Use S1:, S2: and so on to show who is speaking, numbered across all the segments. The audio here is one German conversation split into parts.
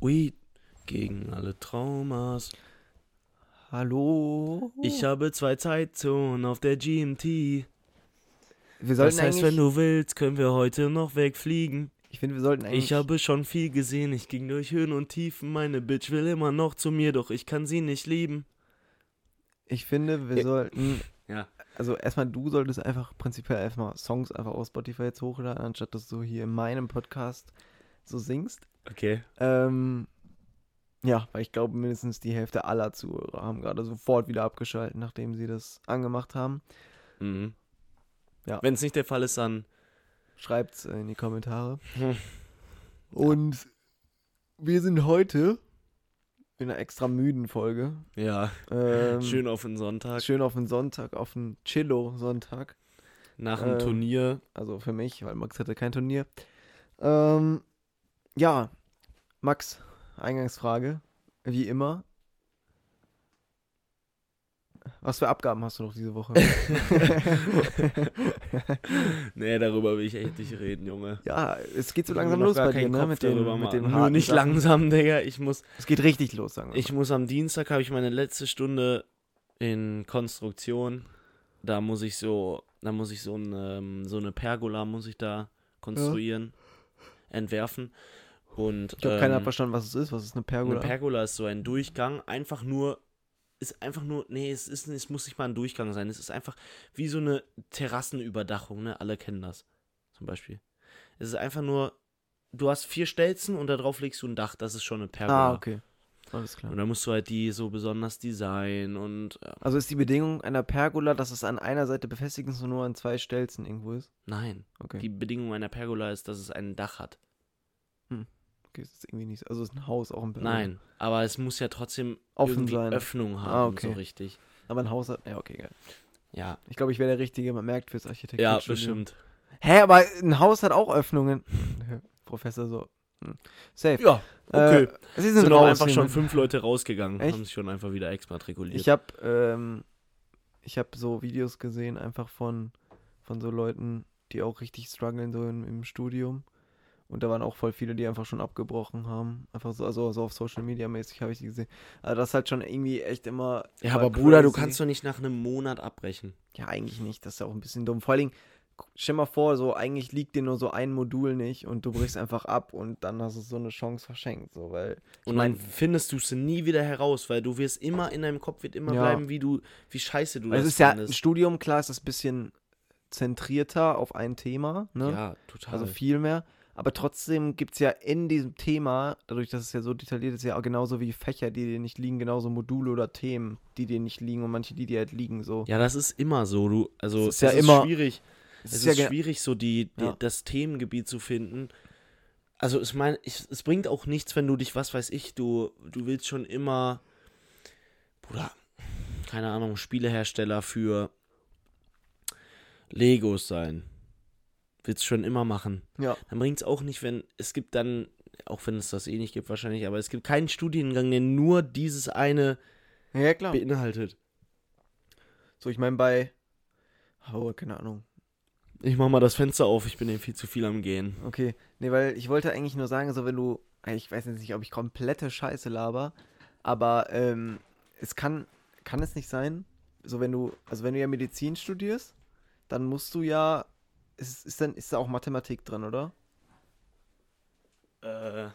S1: Weed gegen alle Traumas.
S2: Hallo?
S1: Ich habe zwei Zeitzonen auf der GMT.
S2: wir sollten
S1: Das heißt,
S2: eigentlich,
S1: wenn du willst, können wir heute noch wegfliegen.
S2: ich finde, wir sollten eigentlich.
S1: Ich habe schon viel gesehen, ich ging durch Höhen und Tiefen. Meine Bitch will immer noch zu mir, doch ich kann sie nicht lieben.
S2: Ich finde, wir
S1: Ja.
S2: sollten.
S1: Ja.
S2: Also erstmal, du solltest einfach prinzipiell erstmal Songs einfach aus Spotify jetzt hochladen, anstatt dass du hier in meinem Podcast so singst.
S1: Okay.
S2: Ähm, ja, weil ich glaube, mindestens die Hälfte aller Zuhörer haben gerade sofort wieder abgeschaltet, nachdem sie das angemacht haben.
S1: Mhm.
S2: Ja.
S1: Wenn es nicht der Fall ist, dann
S2: Schreibt's äh, in die Kommentare.
S1: Hm.
S2: Und wir sind heute in einer extra müden Folge.
S1: ja,
S2: Ähm,
S1: schön auf den Sonntag
S2: schön auf den Sonntag, auf den Chillo-Sonntag.
S1: nach dem
S2: ähm,
S1: Turnier.
S2: Also für mich, weil Max hatte kein Turnier. Ähm, ja, Max, Eingangsfrage, wie immer. Was für Abgaben hast du noch diese Woche?
S1: Nee, darüber will ich echt nicht reden, Junge.
S2: ja, es geht so
S1: Ich hab
S2: langsam
S1: mir Also noch
S2: los
S1: gar
S2: bei dir,
S1: keinen
S2: ne?
S1: Kopf
S2: Mit den,
S1: darüber
S2: mit den
S1: machen. Nur
S2: harten
S1: nicht
S2: Sachen.
S1: langsam, Digga. Ich muss,
S2: Es geht richtig los, sagen wir.
S1: ich muss am Dienstag habe ich meine letzte Stunde in Konstruktion. Da muss ich so, da muss ich so eine, so eine Pergola muss ich da konstruieren, entwerfen. Und
S2: Ich glaube, keiner hat
S1: ähm,
S2: verstanden, was es ist. Was ist eine Pergola?
S1: Eine Pergola ist so ein Durchgang, einfach nur, ist einfach nur, nee, es, ist, es muss nicht mal ein Durchgang sein, es ist einfach wie so eine Terrassenüberdachung, ne? Alle kennen das, zum Beispiel. Es ist einfach nur, du hast vier Stelzen und darauf legst du ein Dach, das ist schon eine Pergola.
S2: ah, okay. Alles klar.
S1: Und dann musst du halt die so besonders designen und, äh,
S2: Also ist die Bedingung einer Pergola, dass es an einer Seite befestigt ist und nur an zwei Stelzen irgendwo ist?
S1: nein,
S2: Okay.
S1: die Bedingung einer Pergola ist, dass es ein Dach hat.
S2: okay ist irgendwie nicht. Also ist ein Haus auch ein Pergola.
S1: Nein, aber es muss ja trotzdem
S2: Offen
S1: irgendwie
S2: sein. Ah,
S1: Öffnung haben,
S2: okay.
S1: so richtig.
S2: Aber ein Haus hat. Ja, okay, geil.
S1: Ja,
S2: Ich glaube, ich wäre der Richtige, man merkt fürs Architektur.
S1: ja, bestimmt.
S2: Hä, aber ein Haus hat auch Öffnungen. Professor so. hm, Safe.
S1: Ja, okay.
S2: Äh, Sie sind,
S1: sind auch
S2: raus,
S1: einfach schon
S2: Simon.
S1: fünf Leute rausgegangen,
S2: Echt?
S1: haben sich schon einfach wieder exmatrikuliert.
S2: Ich habe ähm, ich habe so Videos gesehen einfach von von so Leuten, die auch richtig strugglen so im, im Studium und da waren auch voll viele, die einfach schon abgebrochen haben, einfach so also so auf Social Media mäßig habe ich die gesehen. Also das ist halt schon irgendwie echt immer
S1: ja,
S2: voll
S1: aber Bruder, du
S2: crazy.
S1: kannst doch nicht nach einem Monat abbrechen.
S2: ja eigentlich nicht, das ist ja auch ein bisschen dumm. Vor allen Dingen gu- stell mal vor, so eigentlich liegt dir nur so ein Modul nicht und du brichst einfach ab und dann hast du so eine Chance verschenkt, so weil
S1: Und
S2: mein-
S1: dann findest du es nie wieder heraus, weil du wirst immer in deinem Kopf wird immer
S2: Ja.
S1: bleiben, wie du, wie scheiße du
S2: Weil es
S1: das
S2: ist ja ein
S1: findest.
S2: Studium, klar ist das ein bisschen zentrierter auf ein Thema, ne?
S1: ja, total.
S2: Also viel mehr. Aber trotzdem gibt es ja in diesem Thema, dadurch, dass es ja so detailliert ist, ja auch genauso wie Fächer, die dir nicht liegen, genauso Module oder Themen, die dir nicht liegen und manche, die dir halt liegen. So.
S1: ja, das ist immer so. Du, also
S2: Es ist ja immer-
S1: schwierig. Es ist,
S2: ja ge-
S1: schwierig, so die, die
S2: Ja.
S1: das Themengebiet zu finden. Also ich meine, ich, es bringt auch nichts, wenn du dich, was weiß ich, du, du willst schon immer, Bruder, keine Ahnung, Spielehersteller für Legos sein. Willst schon immer machen.
S2: Ja.
S1: Dann bringt es auch nicht, wenn es gibt dann, auch wenn es das eh nicht gibt wahrscheinlich, aber es gibt keinen Studiengang, der nur dieses eine
S2: ja, klar.
S1: beinhaltet.
S2: So, ich meine, bei. Oh, keine Ahnung.
S1: Ich mach mal das Fenster auf, ich bin eben viel zu viel am Gehen.
S2: Okay. Nee, weil ich wollte eigentlich nur sagen, so wenn du, ich weiß jetzt nicht, ob ich komplette Scheiße laber, aber ähm, es kann, kann es nicht sein, so wenn du, also wenn du ja Medizin studierst, dann musst du ja, ist, ist dann, ist da auch Mathematik drin, oder?
S1: Äh.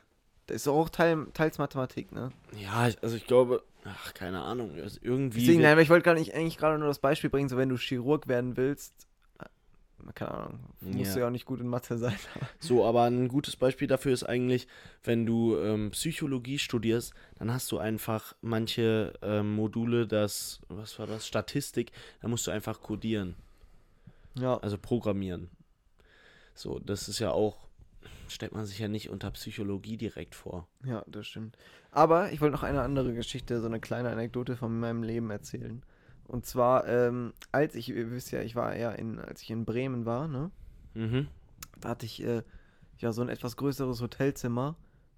S2: Da ist doch auch teil, teils Mathematik, ne?
S1: Ja, ich- also ich glaube, ach, keine Ahnung, also irgendwie.
S2: Deswegen, nein,
S1: wird-
S2: aber ich wollte gar nicht, eigentlich gerade nur das Beispiel bringen, so wenn du Chirurg werden willst, äh, keine Ahnung, musst
S1: Ja.
S2: du ja auch nicht gut in Mathe sein.
S1: so, aber ein gutes Beispiel dafür ist eigentlich, wenn du ähm, Psychologie studierst, dann hast du einfach manche ähm, Module, das, was war das, Statistik, da musst du einfach codieren,
S2: Ja.
S1: also programmieren. So, das ist ja auch, stellt man sich ja nicht unter Psychologie direkt vor.
S2: Ja, das stimmt. Aber ich wollte noch eine andere Geschichte, so eine kleine Anekdote von meinem Leben erzählen. Und zwar, ähm, als ich, ihr wisst ja, ich war ja in, als ich in Bremen war, ne?
S1: Mhm.
S2: Da hatte ich äh, ja so ein etwas größeres Hotelzimmer,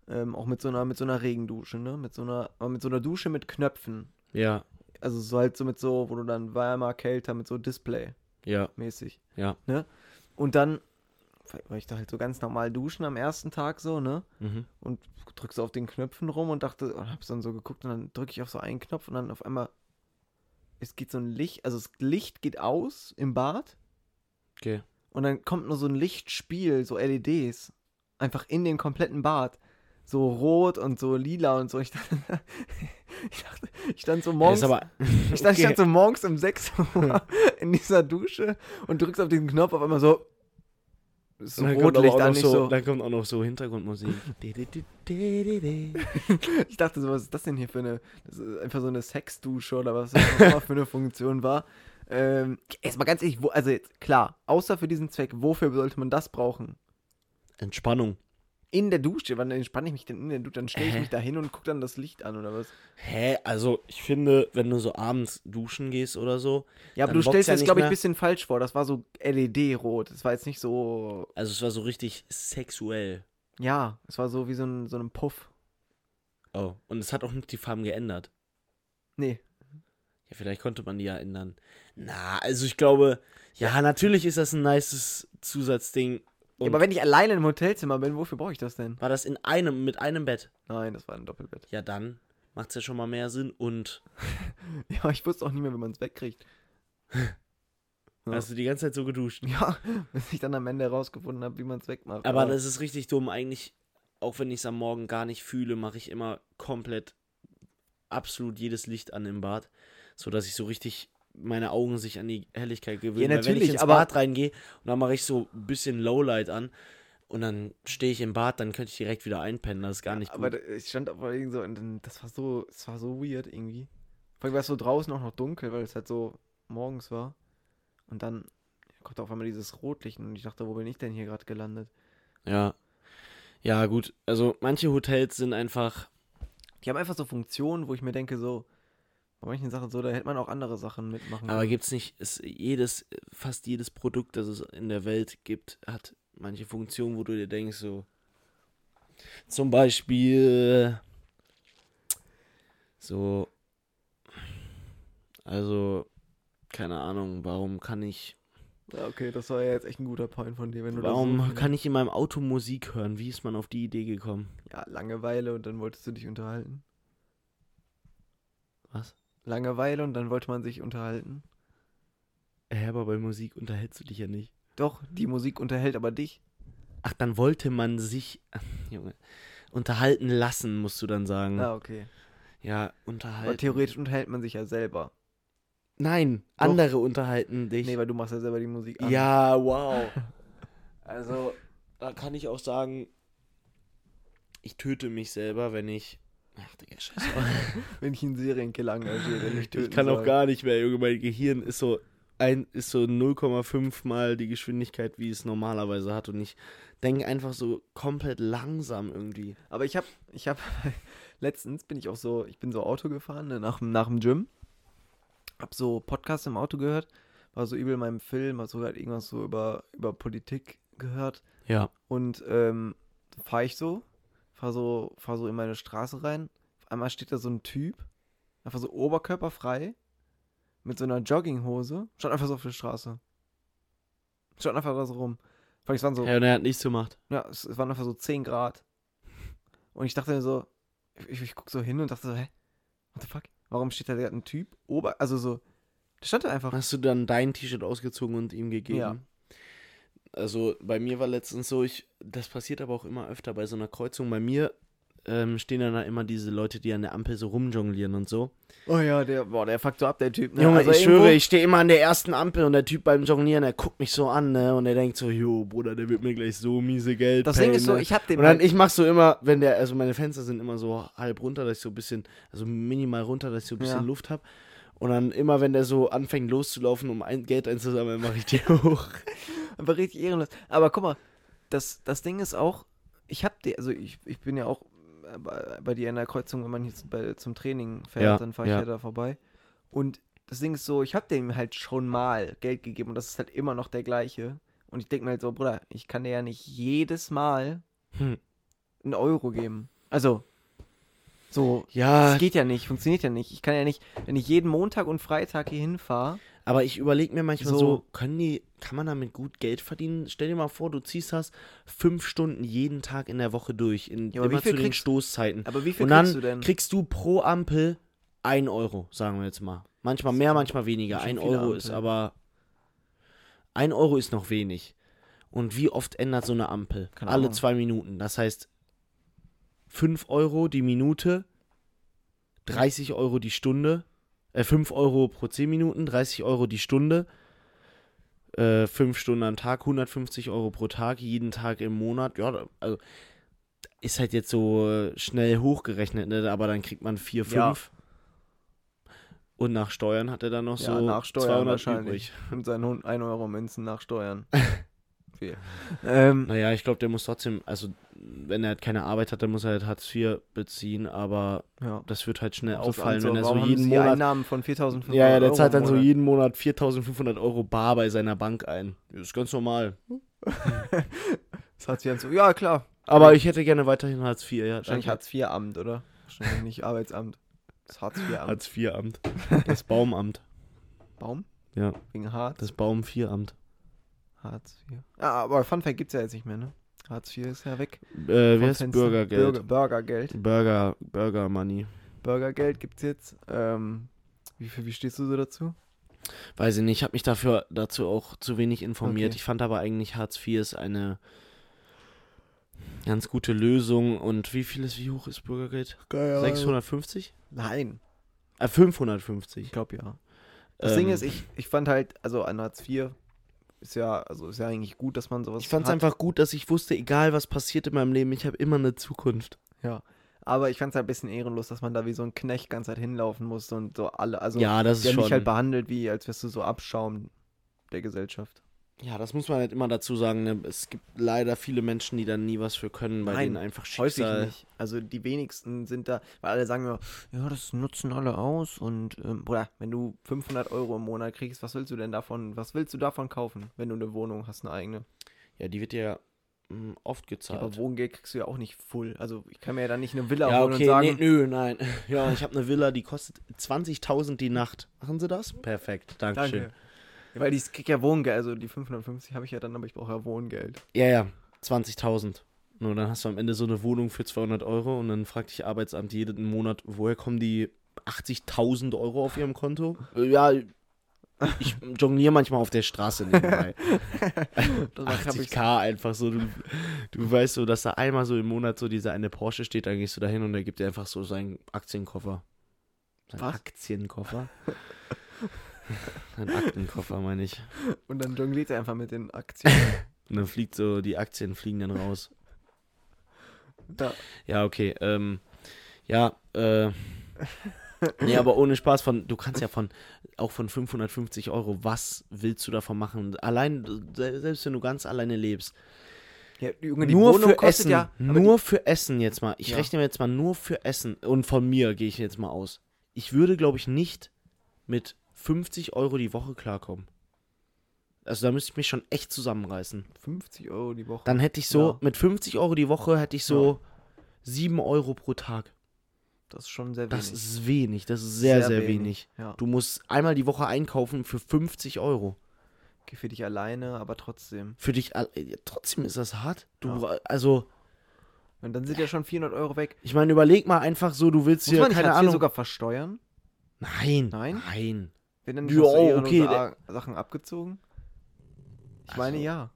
S2: ähm, auch mit so einer, mit so einer Regendusche, ne? Mit so einer, aber mit so einer Dusche mit Knöpfen.
S1: Ja,
S2: Also so halt so mit so, wo du dann wärmer, kälter, mit so Display
S1: ja,
S2: mäßig.
S1: ja.
S2: Ne? Und dann weil ich da halt so ganz normal duschen am ersten Tag so, ne?
S1: Mhm.
S2: Und drück so auf den Knöpfen rum und dachte, und hab's dann so geguckt und dann drücke ich auf so einen Knopf und dann auf einmal, es geht so ein Licht, also das Licht geht aus im Bad
S1: Okay.
S2: und dann kommt nur so ein Lichtspiel, so LEDs, einfach in den kompletten Bad. So rot und so lila und so. Ich dachte, ich, dachte, ich stand so
S1: Das
S2: morgens.
S1: ist aber.
S2: Ich stand, ich
S1: okay.
S2: stand so morgens um 6 Uhr in dieser Dusche und drückst auf diesen Knopf auf einmal so. Ist so
S1: Und dann kommt aber
S2: Rotlicht
S1: auch
S2: an,
S1: noch
S2: nicht
S1: so,
S2: so.
S1: Dann kommt auch noch so Hintergrundmusik.
S2: Ich dachte so, was ist das denn hier für eine. Das ist einfach so eine Sexdusche oder was auch immer für eine Funktion war. Ähm, erstmal ganz ehrlich, wo, also jetzt, klar, außer für diesen Zweck, wofür sollte man das brauchen?
S1: Entspannung.
S2: In der Dusche, wann entspanne ich mich denn in der Dusche? Dann stelle ich
S1: Hä?
S2: mich da hin und gucke dann das Licht an oder was?
S1: Hä? Also, ich finde, wenn du so abends duschen gehst oder so.
S2: Ja, aber
S1: Dann
S2: du
S1: bockt's
S2: stellst
S1: ja
S2: das,
S1: nicht
S2: glaube ich,
S1: mehr.
S2: ein bisschen falsch vor. Das war so E LED-rot. Das war jetzt nicht so.
S1: Also, es war so richtig sexuell.
S2: Ja, es war so wie so ein, so ein Puff.
S1: Oh. Und es hat auch nicht die Farben geändert.
S2: Nee,
S1: Ja, vielleicht konnte man die ja ändern. Na, also ich glaube, ja, natürlich ist das ein nices Zusatzding.
S2: Ja, aber wenn ich alleine im Hotelzimmer bin, wofür brauche ich das denn?
S1: War das in einem, mit einem Bett?
S2: Nein, das war ein Doppelbett.
S1: Ja, dann macht's ja schon mal mehr Sinn. Und
S2: Ja, ich wusste auch nicht mehr, wie man es wegkriegt. Ja.
S1: hast du die ganze Zeit so geduscht.
S2: Ja, bis ich dann am Ende herausgefunden habe, wie man es wegmacht.
S1: Aber das ist richtig dumm. Eigentlich, auch wenn ich es am Morgen gar nicht fühle, mache ich immer komplett absolut jedes Licht an im Bad. So dass ich so richtig meine Augen sich an die Helligkeit gewöhnen. Weil
S2: Ja,
S1: wenn
S2: natürlich,
S1: ich ins
S2: aber-
S1: Bad reingehe und dann mache ich so ein bisschen Lowlight an und dann stehe ich im Bad, dann könnte ich direkt wieder einpennen. Das ist gar nicht gut.
S2: Aber da- ich stand auf jeden so und dann- das war so, es war so weird irgendwie. Vor allem war es so draußen auch noch dunkel, weil es halt so morgens war. Und dann kommt auf einmal dieses Rotlicht und ich dachte, wo bin ich denn hier gerade gelandet?
S1: Ja. Ja, gut. Also manche Hotels sind einfach.
S2: Die haben einfach so Funktionen, wo ich mir denke, so, bei manchen Sachen so, da hätte man auch andere Sachen mitmachen
S1: Aber
S2: können.
S1: gibt's nicht, ist jedes, fast jedes Produkt, das es in der Welt gibt, hat manche Funktionen, wo du dir denkst, so. Zum Beispiel. So. Also, keine Ahnung, warum kann ich.
S2: Ja, okay, das war ja jetzt echt ein guter Point von dir, wenn du das so
S1: Warum kann ich in meinem Auto Musik hören? Wie ist man auf die Idee gekommen?
S2: Ja, Langeweile und dann wolltest du dich unterhalten.
S1: Was?
S2: Langeweile und dann wollte man sich unterhalten.
S1: Äh, Hä, aber bei Musik unterhältst du dich ja nicht.
S2: Doch,
S1: Hm.
S2: die Musik unterhält aber dich.
S1: Ach, dann wollte man sich, Junge, unterhalten lassen, musst du dann sagen. Ja,
S2: Ah, okay. Aber
S1: unterhalten.
S2: theoretisch unterhält man sich ja selber.
S1: Nein,
S2: Doch.
S1: andere unterhalten dich.
S2: Nee, weil du machst ja selber die Musik an.
S1: ja, wow. Also, da kann ich auch sagen, ich töte mich selber, wenn ich. Ach, Digga, scheiße.
S2: Wenn ich einen Serienkiller engagiere, der mich töten
S1: ich kann
S2: soll.
S1: auch gar nicht mehr, Junge. Mein Gehirn ist so, ein, ist so 0,5 mal die Geschwindigkeit, wie es normalerweise hat. Und ich denke einfach so komplett langsam irgendwie.
S2: Aber ich habe, ich habe, letztens bin ich auch so, ich bin so Auto gefahren, ne, nach, dem- nach dem Gym. Hab so Podcasts im Auto gehört, war so übel in meinem Film, hab sogar irgendwas so über, über Politik gehört.
S1: Ja.
S2: Und ähm, fahre ich so, fahre so, fahr so in meine Straße rein. Auf einmal steht da so ein Typ, einfach so oberkörperfrei, mit so einer Jogginghose, stand einfach so auf der Straße. Stand einfach da so rum. Vor allem, es waren so,
S1: Ja, und er hat nichts gemacht.
S2: ja, es, es waren einfach so 10 Grad. Und ich dachte mir so, ich, ich, ich guck so hin und dachte so, hä? What the fuck? Warum steht da gerade ein Typ? Ober, also so, der stand da einfach.
S1: Hast du dann dein T-Shirt ausgezogen und ihm gegeben?
S2: Ja.
S1: Also bei mir war letztens so, ich, das passiert aber auch immer öfter bei so einer Kreuzung. Bei mir ähm, stehen dann da immer diese Leute, die an der Ampel so rumjonglieren und so.
S2: Oh ja, der, boah, der fuckt so ab, der Typ.
S1: Junge,
S2: Also
S1: ich
S2: irgendwo-
S1: schwöre, ich stehe immer an der ersten Ampel und der Typ beim Jonglieren, der guckt mich so an, ne? Und der denkt so, jo, Bruder, der wird mir gleich so miese Geld.
S2: Das Ding
S1: payen,
S2: ist so,
S1: ne?
S2: ich hab den
S1: Und dann,
S2: halt-
S1: ich mach so immer, wenn der, also meine Fenster sind immer so halb runter, dass ich so ein bisschen, also minimal runter, dass ich so ein bisschen
S2: Ja.
S1: Luft hab. Und dann immer, wenn der so anfängt loszulaufen, um ein Geld einzusammeln, mache ich die hoch.
S2: Einfach richtig ehrenlos. Aber guck mal, das, das Ding ist auch, ich hab dir, also ich, ich bin ja auch äh, bei, bei dir in der Kreuzung, wenn man jetzt bei, zum Training fährt,
S1: Ja,
S2: dann fahre ich
S1: ja.
S2: ja. da vorbei. Und das Ding ist so, ich hab dem halt schon mal Geld gegeben und das ist halt immer noch der gleiche. Und ich denke mir halt so, Bruder, ich kann dir ja nicht jedes Mal
S1: Hm.
S2: einen Euro geben. Also, so,
S1: Ja, Ah.
S2: das geht ja nicht, funktioniert ja nicht. Ich kann ja nicht, wenn ich jeden Montag und Freitag hier hinfahre,
S1: Aber ich überlege mir manchmal so,
S2: So-
S1: können die, kann man damit gut Geld verdienen? Stell dir mal vor, du ziehst das fünf Stunden jeden Tag in der Woche durch, in,
S2: Ja, aber wie
S1: immer
S2: viel
S1: zu den
S2: kriegst-
S1: Stoßzeiten.
S2: Aber wie viel
S1: Und dann
S2: kriegst du denn?
S1: kriegst du pro Ampel 1 Euro, sagen wir jetzt mal. Manchmal mehr, manchmal weniger.
S2: Schon
S1: 1
S2: viele
S1: Euro
S2: Ampeln.
S1: ist aber. 1 Euro ist noch wenig. Und wie oft ändert so eine Ampel?
S2: Keine
S1: Alle
S2: Ahnung.
S1: zwei Minuten. Das heißt, 5 Euro die Minute, 30 Euro die Stunde, äh, 5 Euro pro 10 Minuten, 30 Euro die Stunde, äh, 5 Stunden am Tag, 150 Euro pro Tag, jeden Tag im Monat. Ja, da- also ist halt jetzt so äh, schnell hochgerechnet, ne? aber dann kriegt man 4, 5.
S2: Ja.
S1: Und nach Steuern hat er dann noch
S2: ja,
S1: so
S2: nach Steuern
S1: 200
S2: wahrscheinlich.
S1: übrig.
S2: Und seinen Hund 1 Euro Münzen nach Steuern. viel. Ähm,
S1: Naja, ich glaube, der muss trotzdem, also wenn er halt keine Arbeit hat, dann muss er halt Hartz IV beziehen, aber
S2: ja.
S1: das wird halt schnell
S2: Kommt drauf
S1: auffallen,
S2: an,
S1: wenn er
S2: warum
S1: so
S2: haben
S1: jeden
S2: sie
S1: Monat
S2: Einnahmen von 4.500
S1: Ja, ja, der
S2: Euro
S1: zahlt dann
S2: im
S1: so
S2: Monat?
S1: jeden Monat 4500 Euro bar bei seiner Bank ein. Ist ganz normal.
S2: Das hat sie dann so, ja klar.
S1: Aber ich hätte gerne weiterhin Hartz IV, ja.
S2: Wahrscheinlich
S1: danke.
S2: Hartz IV Amt, oder? Wahrscheinlich nicht Arbeitsamt. Das Hartz IV Amt.
S1: Hartz IV Amt. Das Baumamt.
S2: Baum?
S1: Ja,
S2: Wegen Hartz?
S1: das Baum IV Amt.
S2: Hartz IV. Ah, aber Fun Fact gibt's ja jetzt nicht mehr, ne? Hartz IV ist ja weg.
S1: Äh,
S2: vom
S1: wie heißt
S2: Fenster.
S1: Bürgergeld?
S2: Bürger, Bürgergeld.
S1: Burger, Burger Money.
S2: Bürgergeld gibt's jetzt. Ähm, wie, viel- wie stehst du so dazu?
S1: Weiß ich nicht, ich habe mich dafür dazu auch zu wenig informiert.
S2: Okay.
S1: Ich fand aber eigentlich Hartz IV ist eine ganz gute Lösung. Und wie viel ist, wie hoch ist Bürgergeld? 650?
S2: Nein,
S1: Äh,
S2: ich
S1: 550.
S2: glaube ja. Das
S1: Ähm,
S2: Ding ist, ich, ich fand halt, also an Hartz IV ist ja, also ist ja eigentlich gut, dass man sowas
S1: Ich fand es
S2: hat.
S1: einfach gut, dass ich wusste, egal was passiert in meinem Leben, ich habe immer eine Zukunft.
S2: Aber ich fand's halt ein bisschen ehrenlos, dass man da wie so ein Knecht ganz halt hinlaufen musste und so alle, also
S1: ja, das
S2: die
S1: ist
S2: haben
S1: schon.
S2: dich halt behandelt, wie als wärst du so Abschaum der Gesellschaft.
S1: ja, das muss man halt immer dazu sagen. Ne? Es gibt leider viele Menschen, die dann nie was für können, bei
S2: Nein,
S1: denen einfach
S2: Häufig
S1: Schicksal.
S2: nicht. Also die wenigsten sind da, weil alle sagen immer, ja, das nutzen alle aus und, ähm, Bruder, wenn du 500 Euro im Monat kriegst, was willst du denn davon, was willst du davon kaufen, wenn du eine Wohnung hast, eine eigene?
S1: Ja, die wird ja mh, oft
S2: Ja,
S1: gezahlt.
S2: aber Wohngeld kriegst du ja auch nicht full. Also ich kann mir ja dann nicht eine Villa
S1: Ja,
S2: holen
S1: okay,
S2: und sagen,
S1: nee, nö, nein. Ja, ich habe eine Villa, die kostet 20.000 die Nacht. Machen Sie das? Perfekt, Dankeschön.
S2: danke. Ja, weil ich krieg ja Wohngeld, also die 550 habe ich ja dann, aber ich brauche ja Wohngeld.
S1: Ja, ja, 20.000. Nur dann hast du am Ende so eine Wohnung für 200 Euro und dann fragt dich Arbeitsamt jeden Monat, woher kommen die 80.000 Euro auf ihrem Konto? Äh, Ja, ich jongliere manchmal auf der Straße nebenbei.
S2: Das hab ich
S1: 80k einfach so. Du, du weißt so, dass da einmal so im Monat so dieser eine Porsche steht, dann gehst du da hin und er gibt dir einfach so seinen Aktienkoffer. Sein
S2: Was?
S1: Aktienkoffer? Ein Aktenkoffer, meine ich.
S2: Und dann jongliert er einfach mit den Aktien.
S1: Und dann fliegt so, die Aktien fliegen dann raus.
S2: da.
S1: Ja, okay. Ähm, ja, äh. Nee, aber ohne Spaß von, du kannst ja von, auch von 550 Euro, was willst du davon machen? Allein, se- selbst wenn du ganz alleine lebst.
S2: Ja, Junge, die
S1: nur
S2: Wohnung
S1: für
S2: kostet
S1: Essen,
S2: ja. aber
S1: nur für Essen jetzt mal. Ich
S2: Ja.
S1: rechne mir jetzt mal nur für Essen. Und von mir gehe ich jetzt mal aus. Ich würde, glaube ich, nicht mit 50 Euro die Woche klarkommen. Also da müsste ich mich schon echt zusammenreißen.
S2: die 50 Euro die Woche.
S1: Dann hätte ich so,
S2: Ja.
S1: mit 50 Euro die Woche hätte ich so 7 Euro pro Tag.
S2: Das ist schon sehr
S1: Das
S2: wenig.
S1: ist wenig, das ist sehr, sehr, wenig.
S2: Ja.
S1: Du musst einmal die Woche einkaufen für 50 Euro.
S2: Okay, für dich alleine, aber trotzdem.
S1: Für dich, all- ja, trotzdem ist das hart. Du, also,
S2: Und dann sind ja schon 400 Euro weg.
S1: ich meine, überleg mal einfach so, du willst
S2: Muss
S1: hier,
S2: man nicht
S1: keine
S2: Hartz IV
S1: Ahnung.
S2: sogar versteuern?
S1: Nein,
S2: Nein?
S1: nein.
S2: Wenn dann
S1: Ja,
S2: hast du
S1: oh,
S2: ehrenlose
S1: okay,
S2: A- Sachen abgezogen? Ich meine
S1: Also,
S2: ja.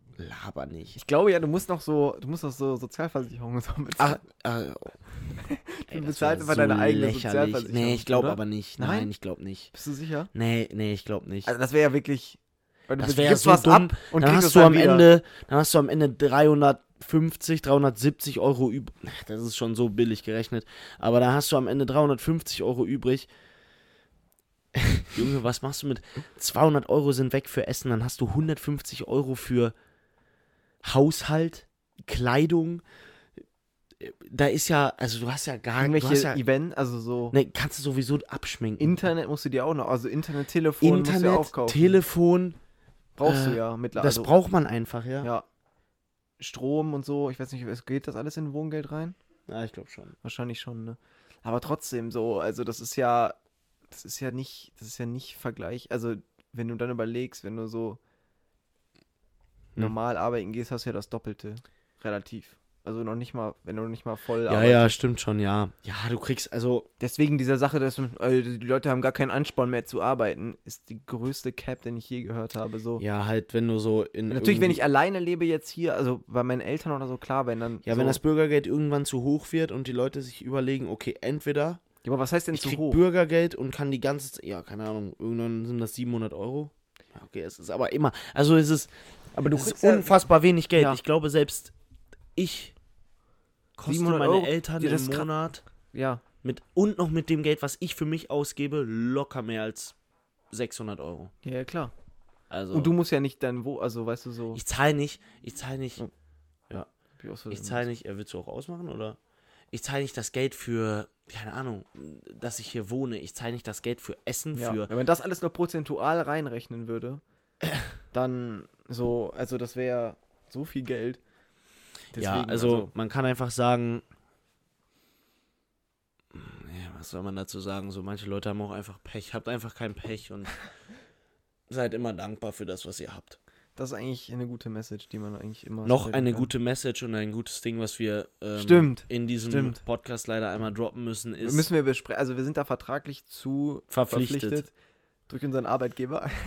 S1: Laber nicht.
S2: Ich glaube ja, du musst noch so, du musst noch so Sozialversicherungen und so bezahlen.
S1: Ach, äh,
S2: Du bezahlst einfach deine eigene Sozialversicherung,
S1: Nee, ich glaube
S2: oder?
S1: aber nicht. Nein,
S2: Nein?
S1: ich glaube nicht.
S2: Bist du sicher?
S1: Nee, nee, ich glaube nicht.
S2: Also das wäre ja wirklich. Weil du
S1: das
S2: bist-
S1: wäre
S2: gibst
S1: so dumm.
S2: und
S1: dann
S2: kriegst
S1: hast
S2: es halt
S1: du am
S2: wieder.
S1: Ende, dann hast du am Ende 350, 370 Euro übrig. Das ist schon so billig gerechnet. Aber dann hast du am Ende 350 Euro übrig. Junge, was machst du mit 200 Euro sind weg für Essen? Dann hast du 150 Euro für Haushalt, Kleidung. Da ist ja, also du hast ja gar du
S2: irgendwelche
S1: hast ja,
S2: Event, also so
S1: ne, kannst du sowieso abschminken.
S2: Internet musst du dir auch noch, also Internet, Telefon musst du ja
S1: Internet,
S2: auch kaufen.
S1: Telefon,
S2: brauchst
S1: äh,
S2: du ja mittlerweile.
S1: das braucht man einfach, ja.
S2: ja. Strom und so, ich weiß nicht, es geht das alles in Wohngeld rein?
S1: Ja, ich glaube schon.
S2: Wahrscheinlich schon, ne? Aber trotzdem so, also das ist ja, das ist ja nicht, das ist ja nicht Vergleich, also wenn du dann überlegst, wenn du so
S1: Hm.
S2: normal arbeiten gehst, hast du ja das Doppelte. Relativ. Also noch nicht mal, wenn du nicht mal voll
S1: Ja, ja, stimmt schon, ja. Ja, du kriegst, also,
S2: Deswegen dieser Sache, dass äh, die Leute haben gar keinen Ansporn mehr zu arbeiten, ist die größte Cap, den ich je gehört habe. So.
S1: ja, halt, wenn du so in.
S2: Natürlich, wenn
S1: irgendwie-
S2: ich alleine lebe jetzt hier, also bei meinen Eltern oder so, klar, wenn dann.
S1: Ja,
S2: so,
S1: wenn das Bürgergeld irgendwann zu hoch wird und die Leute sich überlegen, okay, entweder
S2: Ja, aber was heißt denn
S1: ich
S2: zu
S1: krieg
S2: hoch?
S1: Bürgergeld und kann die ganze Zeit, ja, keine Ahnung, irgendwann sind das 700 Euro. Ja, okay, es ist aber immer, also es ist, aber du es ist
S2: kriegst ja-
S1: unfassbar wenig Geld.
S2: Ja.
S1: Ich glaube, selbst ich koste
S2: 700
S1: meine
S2: Euro?
S1: Eltern
S2: Ja, das
S1: im
S2: ist kra-
S1: Monat
S2: Ja.
S1: mit, und noch mit dem Geld, was ich für mich ausgebe, locker mehr als 600 Euro.
S2: ja, ja, klar.
S1: Also,
S2: Und du musst ja nicht dann wo, also weißt du so.
S1: ich zahle nicht, ich zahle nicht,
S2: hab ich auch so-
S1: ich zahle nicht, äh, willst du auch ausmachen oder? Ich zahle nicht das Geld für, keine Ahnung, dass ich hier wohne. Ich zahle nicht das Geld für Essen,
S2: ja.
S1: für.
S2: Wenn man das alles noch prozentual reinrechnen würde, dann so, also das wäre so viel Geld.
S1: ja,
S2: Deswegen,
S1: also, man kann einfach sagen, hm, ja, was soll man dazu sagen? So manche Leute haben auch einfach Pech. Habt einfach kein Pech und seid immer dankbar für das, was ihr habt.
S2: das ist eigentlich eine gute Message, die man eigentlich immer.
S1: Noch
S2: sprechen
S1: eine
S2: kann.
S1: gute Message und ein gutes Ding, was wir ähm,
S2: Stimmt.
S1: in diesem
S2: stimmt.
S1: Podcast leider einmal droppen müssen, ist
S2: müssen wir besprechen. Also wir sind da vertraglich zu
S1: verpflichtet.
S2: verpflichtet, durch unseren Arbeitgeber.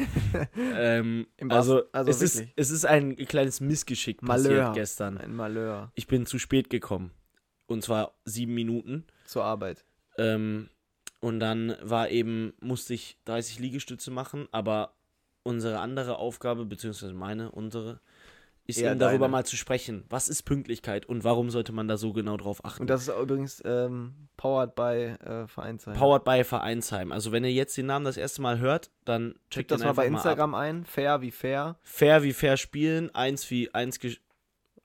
S1: Ähm,
S2: Im
S1: also,
S2: wahrsten- also
S1: es, ist,
S2: wirklich.
S1: es ist ein kleines Missgeschick
S2: Malheur.
S1: passiert gestern.
S2: Ein Malheur
S1: Ich bin zu spät gekommen. Und zwar sieben Minuten.
S2: zur Arbeit.
S1: Ähm, und dann war eben, musste ich 30 Liegestütze machen, aber unsere andere Aufgabe, beziehungsweise meine, unsere, ist
S2: Eher
S1: eben darüber
S2: deine.
S1: mal zu sprechen. Was ist Pünktlichkeit und warum sollte man da so genau drauf achten?
S2: Und das ist übrigens ähm, powered by äh, Vereinsheim.
S1: Powered by Vereinsheim. Also wenn ihr jetzt den Namen das erste Mal hört, dann checkt
S2: Checkt das
S1: ihn
S2: mal
S1: einfach
S2: bei
S1: ab.
S2: Instagram ein. Fair wie fair.
S1: fair wie fair spielen, eins wie eins, gesch-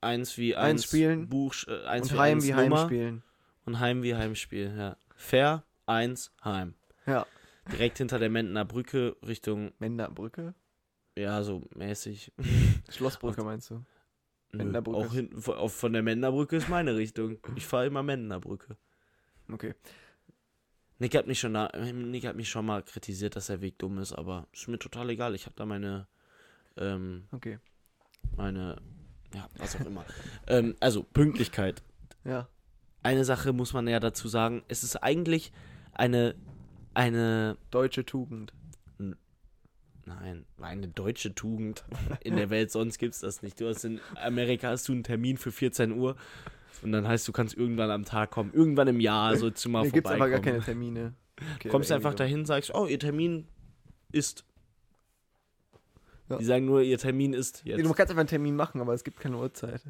S1: eins wie eins,
S2: Eins spielen
S1: Buch, äh, eins
S2: und
S1: wie
S2: Heim
S1: eins
S2: wie
S1: Nummer
S2: Heimspielen.
S1: und Heim wie Heimspiel, ja. Fair, eins, Heim.
S2: Ja.
S1: Direkt hinter der Mendener Brücke Richtung,
S2: Menderbrücke?
S1: ja, so mäßig.
S2: Schlossbrücke meinst du?
S1: Nö,
S2: Mendener Brücke
S1: auch
S2: ist-
S1: hinten von, auf- von der Mendener Brücke ist meine Richtung. Ich fahre immer Mendener Brücke.
S2: Okay.
S1: Nick hat, mich schon da, Nick hat mich schon mal kritisiert, dass der Weg dumm ist, aber ist mir total egal. Ich habe da meine, ähm,
S2: Okay.
S1: meine, ja, was auch immer. ähm, also, Pünktlichkeit.
S2: Ja.
S1: eine Sache muss man ja dazu sagen, es ist eigentlich eine, eine,
S2: Deutsche Tugend.
S1: nein, eine deutsche Tugend. In der Welt sonst gibt es das nicht. Du hast in Amerika hast du einen Termin für 14 Uhr und dann heißt, du kannst irgendwann am Tag kommen. Irgendwann im Jahr sollst du mal
S2: Hier gibt es
S1: vorbeikommen.
S2: aber gar keine Termine. Okay,
S1: Kommst
S2: aber irgendwie
S1: einfach
S2: so.
S1: dahin, sagst, oh, ihr Termin ist.
S2: Ja.
S1: Die sagen nur, ihr Termin ist jetzt.
S2: Nee, Du kannst einfach einen Termin machen, aber es gibt keine Uhrzeit.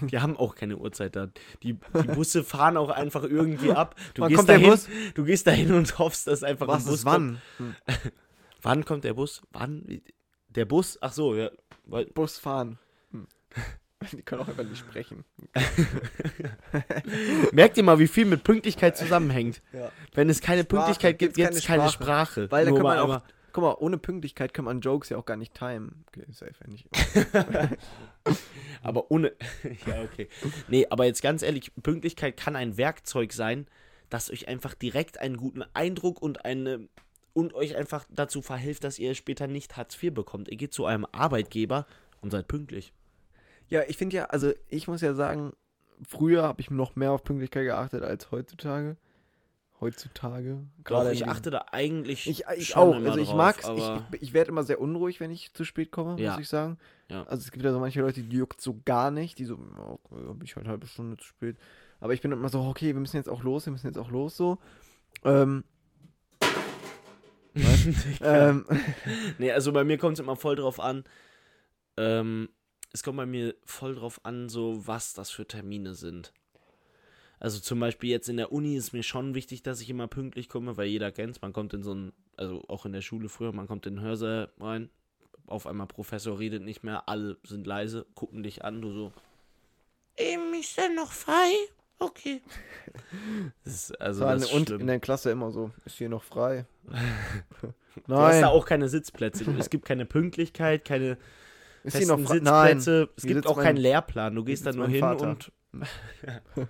S1: Die haben auch keine Uhrzeit da. Die, die Busse fahren auch einfach irgendwie ab. Du
S2: Wann
S1: gehst
S2: kommt der
S1: dahin,
S2: Bus?
S1: Du gehst dahin und hoffst, dass einfach
S2: Was
S1: ein Bus
S2: ist
S1: kommt.
S2: wann? Hm.
S1: Wann kommt der Bus? Wann? Der Bus? Ach so, ja. Weil,
S2: Bus fahren. Hm. Die können auch einfach nicht sprechen.
S1: merkt ihr mal, wie viel mit Pünktlichkeit zusammenhängt.
S2: Ja.
S1: Wenn es keine
S2: Sprache,
S1: Pünktlichkeit gibt, gibt
S2: gibt's
S1: es
S2: keine
S1: keine Sprache.
S2: Weil da
S1: Nur
S2: kann man
S1: mal
S2: auch.
S1: einmal-
S2: Guck mal, ohne Pünktlichkeit kann man Jokes ja auch gar nicht timen. Okay, safe ja nicht.
S1: aber ohne. ja, okay. Nee, aber jetzt ganz ehrlich, Pünktlichkeit kann ein Werkzeug sein, das euch einfach direkt einen guten Eindruck und eine. Und euch einfach dazu verhilft, dass ihr später nicht Hartz IV bekommt. Ihr geht zu eurem Arbeitgeber und seid pünktlich.
S2: Ja, ich finde ja, also ich muss ja sagen, früher habe ich noch mehr auf Pünktlichkeit geachtet als heutzutage. Heutzutage.
S1: Doch,
S2: in
S1: ich
S2: diesem-
S1: achte da eigentlich.
S2: Ich, ich
S1: schon
S2: auch.
S1: immer
S2: Also ich
S1: drauf,
S2: mag's.
S1: aber-
S2: Ich, ich, ich werde immer sehr unruhig, wenn ich zu spät komme,
S1: Ja.
S2: muss ich sagen.
S1: Ja.
S2: Also es gibt ja so manche Leute, die juckt so gar nicht. Die so, ja, okay, dann bin ich halt eine halbe Stunde zu spät. Aber ich bin immer so, okay, wir müssen jetzt auch los, wir müssen jetzt auch los so. Ähm, ähm,
S1: Nee, also bei mir kommt es immer voll drauf an. Ähm, es kommt bei mir voll drauf an, so was das für Termine sind. Also zum Beispiel jetzt in der Uni ist mir schon wichtig, dass ich immer pünktlich komme, weil jeder kennt's. Man kommt in so einen, also auch in der Schule früher, man kommt in den Hörsaal rein. Auf einmal Professor redet nicht mehr, alle sind leise, gucken dich an, du so. Ähm, ist denn noch frei? Okay. Das ist also
S2: war
S1: das ist
S2: und
S1: schlimm.
S2: in der Klasse immer so, ist hier noch frei?
S1: Du hast
S2: Nein.
S1: da auch keine Sitzplätze. Es gibt keine Pünktlichkeit, keine
S2: ist hier
S1: festen
S2: noch frei? Nein.
S1: Sitzplätze. Es
S2: Hier
S1: gibt
S2: sitzt
S1: auch keinen
S2: mein-
S1: Lehrplan. Du
S2: hier
S1: gehst da
S2: sitzt
S1: nur
S2: mein
S1: hin
S2: Vater.
S1: und.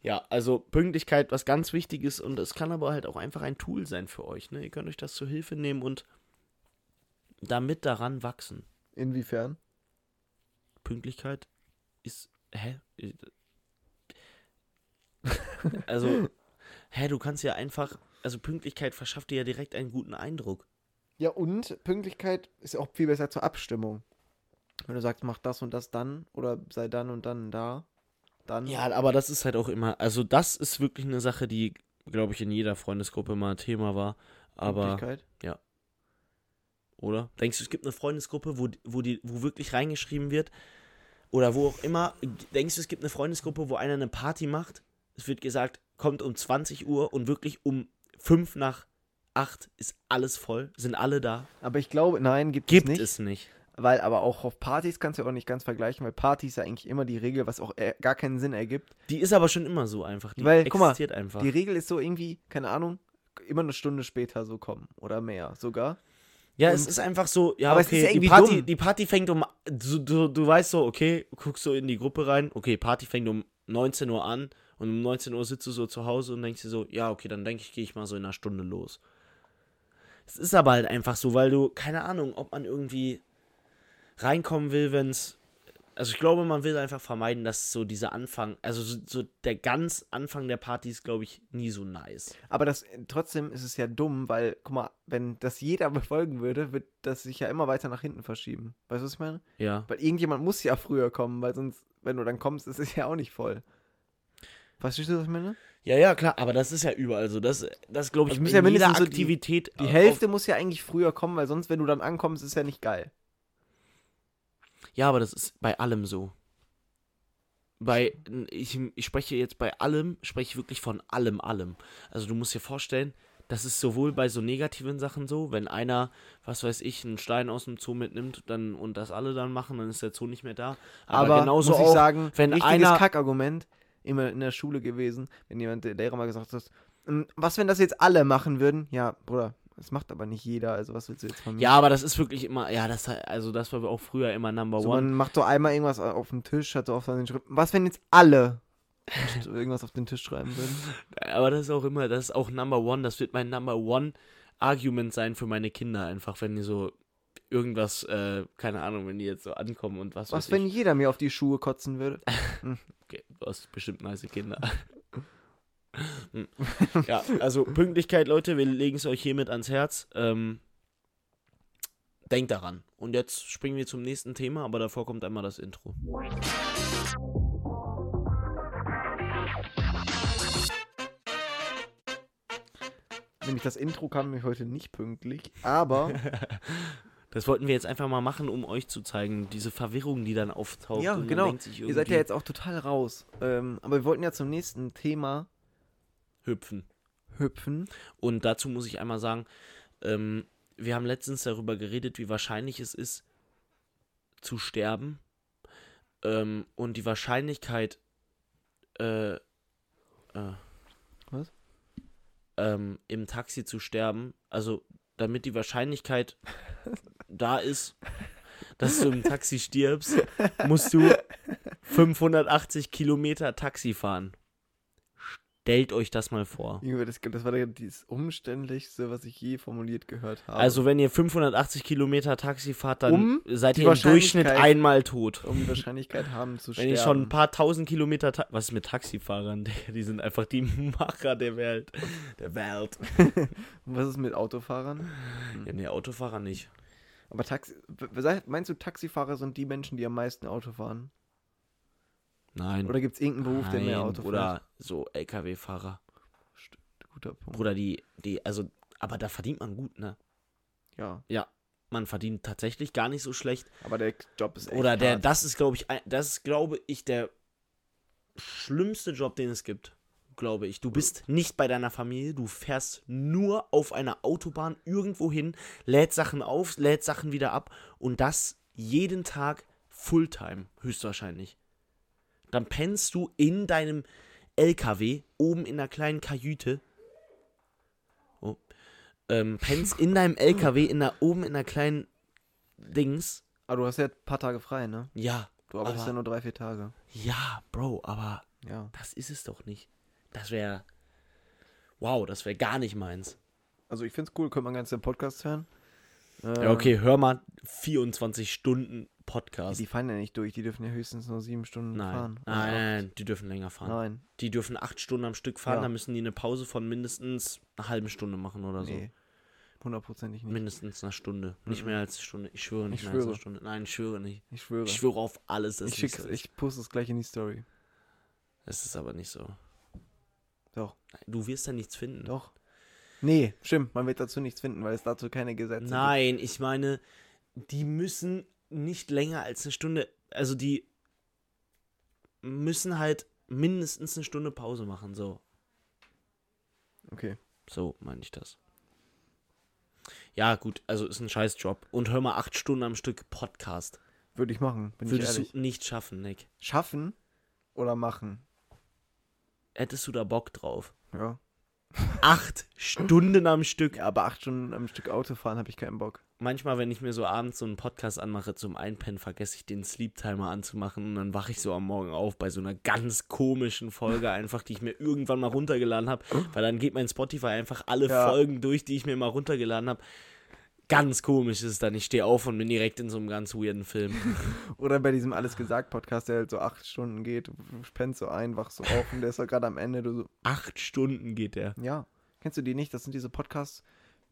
S1: Ja, also Pünktlichkeit, was ganz wichtig ist und es kann aber halt auch einfach ein Tool sein für euch. Ne? Ihr könnt euch das zur Hilfe nehmen und damit daran wachsen.
S2: Inwiefern?
S1: Pünktlichkeit ist. Hä? Also, hä, du kannst ja einfach. Also, Pünktlichkeit verschafft dir ja direkt einen guten Eindruck.
S2: Ja, und Pünktlichkeit ist auch viel besser zur Abstimmung. Wenn du sagst, mach das und das dann oder sei dann und dann da, dann.
S1: Ja, aber das ist halt auch immer. Also, das ist wirklich eine Sache, die, glaube ich, in jeder Freundesgruppe mal Thema war. Aber.
S2: Pünktlichkeit.
S1: Oder? Denkst du, es gibt eine Freundesgruppe, wo, wo, die, wo wirklich reingeschrieben wird? Oder wo auch immer? Denkst du, es gibt eine Freundesgruppe, wo einer eine Party macht? Es wird gesagt, kommt um 20 Uhr und wirklich um 5 nach 8 ist alles voll, sind alle da.
S2: Aber ich glaube, nein, gibt,
S1: Gibt
S2: es nicht.
S1: es nicht.
S2: Weil aber auch auf Partys kannst du ja auch nicht ganz vergleichen, weil Partys ja eigentlich immer die Regel, was auch äh, gar keinen Sinn ergibt.
S1: Die ist aber schon immer so einfach. Die
S2: Weil, guck mal,
S1: existiert einfach.
S2: Die Regel ist so irgendwie, keine Ahnung, immer eine Stunde später so kommen oder mehr sogar.
S1: Ja, es
S2: Und-
S1: ist einfach so, ja,
S2: Aber es
S1: okay,
S2: ist ja
S1: die,
S2: irgendwie
S1: Party,
S2: dumm.
S1: die Party fängt um, du, du, du weißt so, okay, guckst so in die Gruppe rein, okay, Party fängt um 19 Uhr an und um 19 Uhr sitzt du so zu Hause und denkst dir so, ja, okay, dann denke ich, gehe ich mal so in einer Stunde los. Es ist aber halt einfach so, weil du, keine Ahnung, ob man irgendwie reinkommen will, wenn es, also ich glaube, man will einfach vermeiden, dass so dieser Anfang, also so, so der ganz Anfang der Party ist, glaube ich, nie so nice.
S2: Aber das äh, trotzdem ist es ja dumm, weil, guck mal, wenn das jeder befolgen würde, wird das sich ja immer weiter nach hinten verschieben. Weißt du, was ich meine?
S1: Ja.
S2: Weil irgendjemand muss ja früher kommen, weil sonst, wenn du dann kommst, ist es ja auch nicht voll. Verstehst du, was ich meine?
S1: Ja, ja, klar, aber das ist ja überall so. Das, das glaube ich,
S2: Also müssen
S1: in
S2: ja
S1: jeder
S2: mindestens so die-
S1: Aktivität.
S2: Die
S1: äh,
S2: Hälfte muss ja eigentlich früher kommen, weil sonst, wenn du dann ankommst, ist ja nicht geil.
S1: Auf, ja, aber das ist bei allem so. Bei, ich, ich spreche jetzt bei allem, spreche ich wirklich von allem, allem. Also du musst dir vorstellen, das ist sowohl bei so negativen Sachen so, wenn einer, was weiß ich, einen Stein aus dem Zoo mitnimmt dann, und das alle dann machen, dann ist der Zoo nicht mehr da.
S2: Aber, genauso muss ich
S1: auch-
S2: sagen,
S1: wenn
S2: richtiges
S1: einer-
S2: Kackargument immer in der Schule gewesen, wenn jemand der Lehrer mal gesagt hat, "Ähm, was wenn das jetzt alle machen würden? Ja, Bruder, das macht aber nicht jeder, also was willst du jetzt von mir?
S1: Ja, aber das ist wirklich immer, ja, das, also das war auch früher immer Number
S2: so,
S1: One.
S2: man macht so einmal irgendwas äh, auf den Tisch, hat so oft an den Schrift, was wenn jetzt alle irgendwas auf den Tisch schreiben würden?
S1: Aber das ist auch immer, das ist auch Number One, das wird mein Number One Argument sein für meine Kinder einfach, wenn die so irgendwas, äh, keine Ahnung, wenn die jetzt so ankommen und was,
S2: Was
S1: weiß
S2: wenn
S1: ich.
S2: jeder mir auf die Schuhe kotzen würde?
S1: Okay, du hast bestimmt nice Kinder. Hm. ja, also Pünktlichkeit, Leute, wir legen es euch hiermit ans Herz. Ähm, denkt daran. Und jetzt springen wir zum nächsten Thema, aber davor kommt einmal das Intro.
S2: Nämlich das Intro kam mir heute nicht pünktlich, aber
S1: Das wollten wir jetzt einfach mal machen, um euch zu zeigen, diese Verwirrung, die dann auftaucht.
S2: Ja,
S1: und man
S2: genau.
S1: Denkt sich
S2: ihr seid ja
S1: irgendwie-
S2: jetzt auch total raus. Ähm, aber wir wollten ja zum nächsten Thema
S1: hüpfen.
S2: hüpfen.
S1: Und dazu muss ich einmal sagen, ähm, wir haben letztens darüber geredet, wie wahrscheinlich es ist, zu sterben. Ähm, und die Wahrscheinlichkeit. Äh, äh,
S2: Was?
S1: Ähm, Im Taxi zu sterben. Also, damit die Wahrscheinlichkeit da ist, dass du im Taxi stirbst, musst du 580 Kilometer Taxi fahren. Stellt euch das mal vor.
S2: Junge, das, das war das umständlichste, was ich je formuliert gehört habe.
S1: Also wenn ihr 580 Kilometer Taxi fahrt, dann
S2: Um
S1: seid
S2: die
S1: ihr im Durchschnitt
S2: Wahrscheinlichkeit-
S1: einmal tot.
S2: um die Wahrscheinlichkeit haben zu
S1: Wenn
S2: sterben.
S1: ihr schon ein paar tausend Kilometer, Ta was ist mit Taxifahrern? Digga? Die sind einfach die Macher der Welt. Der Welt.
S2: Und was ist mit Autofahrern?
S1: Mhm. Ja, nee, Autofahrer nicht.
S2: Aber Taxi, w- sei- meinst du, Taxifahrer sind die Menschen, die am meisten Auto fahren?
S1: Nein.
S2: Oder gibt es irgendeinen Beruf, der mehr
S1: Nein,
S2: Auto fährt?
S1: Oder so LKW-Fahrer.
S2: Guter Punkt.
S1: Bruder, die, die, also, aber da verdient man gut, ne?
S2: Ja,
S1: Man verdient tatsächlich gar nicht so schlecht.
S2: aber der Job ist echt
S1: Oder der,
S2: hart.
S1: das ist, glaube ich, ein- das ist, glaube ich, der schlimmste Job, den es gibt. Glaube ich. Du bist nicht bei deiner Familie, du fährst nur auf einer Autobahn irgendwo hin, lädst Sachen auf, lädst Sachen wieder ab und das jeden Tag Fulltime, höchstwahrscheinlich. Dann pennst du in deinem LKW oben in einer kleinen Kajüte. Oh. Ähm, pennst in deinem LKW in der, oben in einer kleinen Dings.
S2: Aber du hast ja ein paar Tage frei, ne?
S1: Ja.
S2: Du arbeitest
S1: aber-
S2: ja nur drei, vier Tage.
S1: ja, Bro, aber
S2: Ja.
S1: Das ist es doch nicht. Das wäre. Wow, das wäre gar nicht meins.
S2: Also ich find's cool, könnte man ganz den Podcast hören. Äh,
S1: Ja, okay, hör mal 24 Stunden Podcast.
S2: Die fahren ja nicht durch, die dürfen ja höchstens nur sieben Stunden
S1: Nein.
S2: fahren. Oder
S1: nein, nein,
S2: acht.
S1: nein, die dürfen länger fahren.
S2: Nein.
S1: Die dürfen acht Stunden am Stück fahren,
S2: Ja.
S1: dann müssen die eine Pause von mindestens einer halben Stunde machen oder so.
S2: Nee. Hundertprozentig nicht.
S1: Mindestens eine Stunde. Nicht mehr als eine Stunde. Ich schwöre nicht
S2: Ich
S1: mehr als eine
S2: schwöre.
S1: Stunde. Nein, ich schwöre nicht.
S2: Ich schwöre.
S1: Ich schwöre auf alles, dass
S2: Ich,
S1: es nicht
S2: schick's,
S1: so ist.
S2: ich poste es gleich in die Story.
S1: Es ist aber nicht so.
S2: Doch.
S1: Nein, Du wirst da nichts finden.
S2: Doch. Nee, stimmt, man wird dazu nichts finden, weil es dazu keine Gesetze
S1: Nein, ich meine, die müssen nicht länger als eine Stunde, also die müssen halt mindestens eine Stunde Pause machen, so.
S2: gibt. Okay.
S1: So meine ich das. Ja, gut, also ist ein scheiß Job. Und hör mal acht Stunden am Stück Podcast.
S2: Würde ich machen, bin ich
S1: Würdest
S2: ehrlich.
S1: du nicht schaffen, Nick.
S2: Schaffen oder machen?
S1: Hättest du da Bock drauf?
S2: Ja.
S1: Acht Stunden am Stück.
S2: ja aber acht Stunden am Stück Auto fahren habe ich keinen Bock.
S1: Manchmal, wenn ich mir so abends so einen Podcast anmache zum Einpennen, vergesse ich den Sleep-Timer anzumachen und dann wache ich so am Morgen auf bei so einer ganz komischen Folge einfach, die ich mir irgendwann mal runtergeladen habe, weil dann geht mein Spotify einfach alle
S2: Ja.
S1: Folgen durch, die ich mir mal runtergeladen habe. Ganz komisch ist es dann. Ich stehe auf und bin direkt in so einem ganz weirden Film.
S2: Oder bei diesem Alles gesagt Podcast, der halt so acht Stunden geht, du pennst so ein, wachst so auf und der ist doch gerade am Ende, du so,
S1: Acht Stunden geht der.
S2: Ja. Kennst du die nicht? Das sind diese Podcasts,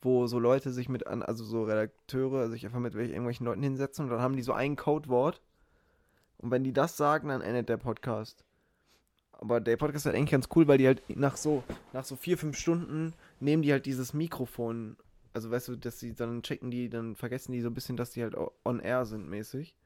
S2: wo so Leute sich mit an, also so Redakteure sich einfach mit welch- irgendwelchen Leuten hinsetzen und dann haben die so ein Codewort. Und wenn die das sagen, dann endet der Podcast. Aber der Podcast ist halt eigentlich ganz cool, weil die halt nach so, nach so vier, fünf Stunden nehmen die halt dieses Mikrofon. Also weißt du, dass sie dann checken die, dann vergessen die so ein bisschen, dass die halt o- on air sind mäßig.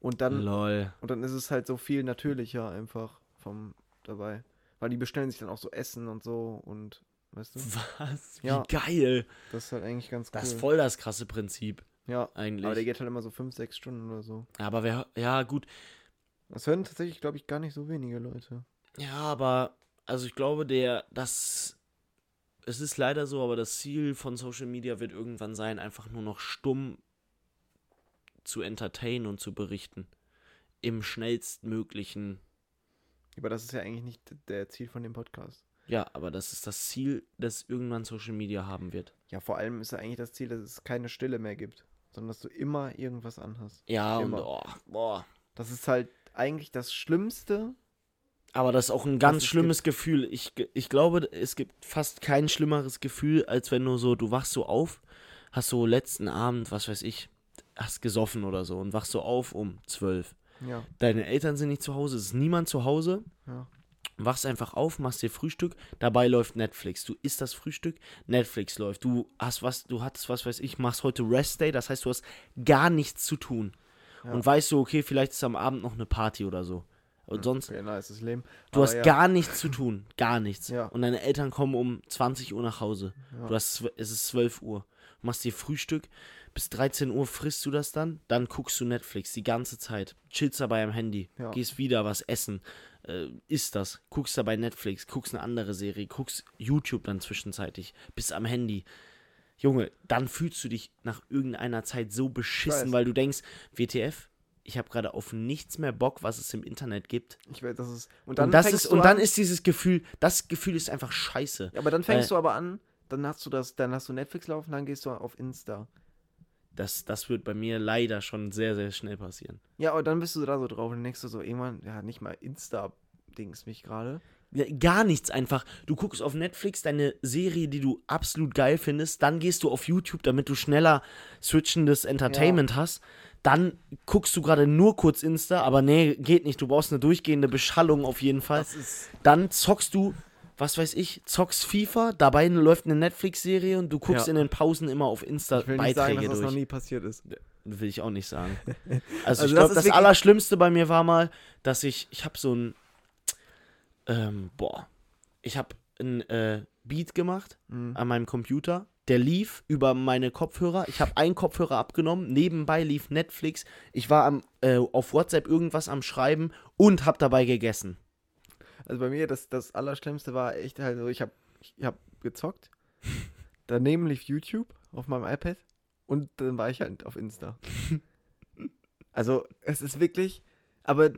S2: Und dann
S1: Lol.
S2: und dann ist es halt so viel natürlicher einfach vom dabei. Weil die bestellen sich dann auch so Essen und so und weißt du?
S1: Was? Wie
S2: Ja.
S1: geil.
S2: Das ist halt eigentlich ganz cool.
S1: Das ist voll das krasse Prinzip
S2: ja.
S1: eigentlich.
S2: Aber
S1: Aber,
S2: der geht halt immer so 5, 6 Stunden oder so.
S1: wer, ja gut.
S2: Das hören tatsächlich, glaube ich, gar nicht so wenige Leute.
S1: Ja, aber also ich glaube, der, das, es ist leider so, aber das Ziel von Social Media wird irgendwann sein, einfach nur noch stumm zu entertainen und zu berichten. Im schnellstmöglichen.
S2: Aber das ist ja eigentlich nicht d- der Ziel von dem Podcast.
S1: Ja, aber das ist das Ziel, das irgendwann Social Media haben wird.
S2: Ja, vor allem ist ja eigentlich das Ziel, dass es keine Stille mehr gibt, sondern dass du immer irgendwas anhast.
S1: Ja, und
S2: Immer.
S1: oh, boah.
S2: Das ist halt eigentlich das Schlimmste.
S1: Aber das ist auch ein
S2: es
S1: ganz
S2: gibt.
S1: schlimmes Gefühl. Ich, ge- ich glaube, es gibt fast kein schlimmeres Gefühl, als wenn du so, du wachst so auf, hast so letzten Abend, was weiß ich, hast gesoffen oder so und wachst so auf um zwölf.
S2: Ja,
S1: Deine Eltern sind nicht zu Hause, es ist niemand zu Hause.
S2: ja.
S1: Wachst einfach auf, machst dir Frühstück, dabei läuft Netflix. Du isst das Frühstück, Netflix läuft. Du hast was, du hattest was weiß ich, machst heute Rest Day, das heißt, du hast gar nichts zu tun. Und weißt so, okay, vielleicht ist am Abend noch eine Party oder so. Und sonst
S2: Okay, nice, das Leben.
S1: Du
S2: Aber
S1: hast
S2: ja,
S1: gar nichts zu tun, gar nichts.
S2: Ja.
S1: Und deine Eltern kommen um 20 Uhr nach Hause. Du hast, zw- es ist 12 Uhr. Du machst dir Frühstück, bis 13 Uhr frisst du das dann, dann guckst du Netflix die ganze Zeit, chillst dabei am Handy,
S2: Ja.
S1: gehst wieder was essen, äh, isst das, guckst dabei Netflix, guckst eine andere Serie, guckst YouTube dann zwischenzeitlich, bist am Handy. Junge, dann fühlst du dich nach irgendeiner Zeit so beschissen,
S2: weiß.
S1: weil du denkst, WTF, ich habe gerade auf nichts mehr Bock, was es im Internet gibt
S2: Ich weiß, das ist. Und
S1: und, das
S2: fängst
S1: ist,
S2: du
S1: und dann
S2: an-
S1: ist dieses Gefühl, das Gefühl ist einfach scheiße.
S2: Ja, aber dann fängst
S1: Äh,
S2: du aber an, dann hast du das, dann hast du Netflix laufen, dann gehst du auf Insta.
S1: Das, das wird bei mir leider schon sehr, sehr schnell passieren.
S2: Ja, aber dann bist du da so drauf und denkst du so, irgendwann, ja, nicht mal Insta-Dings mich gerade.
S1: Ja, Gar nichts einfach. Du guckst auf Netflix deine Serie, die du absolut geil findest, dann gehst du auf YouTube, damit du schneller switchendes Entertainment hast. Dann guckst du gerade nur kurz Insta, aber nee, geht nicht. Du brauchst eine durchgehende Beschallung auf jeden Fall.
S2: ist.
S1: Dann zockst du, was weiß ich, zockst FIFA, dabei läuft eine Netflix-Serie und du guckst
S2: Ja.
S1: in den Pausen immer auf Insta
S2: Ich will nicht
S1: äh, Beiträge
S2: sagen, dass das
S1: durch.
S2: noch nie passiert ist.
S1: Will ich auch nicht sagen. Also,
S2: das
S1: ich glaube,
S2: ist
S1: das,
S2: wirklich-
S1: Allerschlimmste bei mir war mal, dass ich, ich habe so ein, ähm, boah, ich habe ein äh, Beat gemacht
S2: Mhm.
S1: an meinem Computer, der lief über meine Kopfhörer. Ich habe einen Kopfhörer abgenommen, nebenbei lief Netflix. Ich war am, äh, auf WhatsApp irgendwas am Schreiben und habe dabei gegessen.
S2: Also bei mir, das, das Allerschlimmste war echt halt so, ich hab, ich hab gezockt. Daneben lief YouTube auf meinem iPad und dann war ich halt auf Insta. also es ist wirklich, aber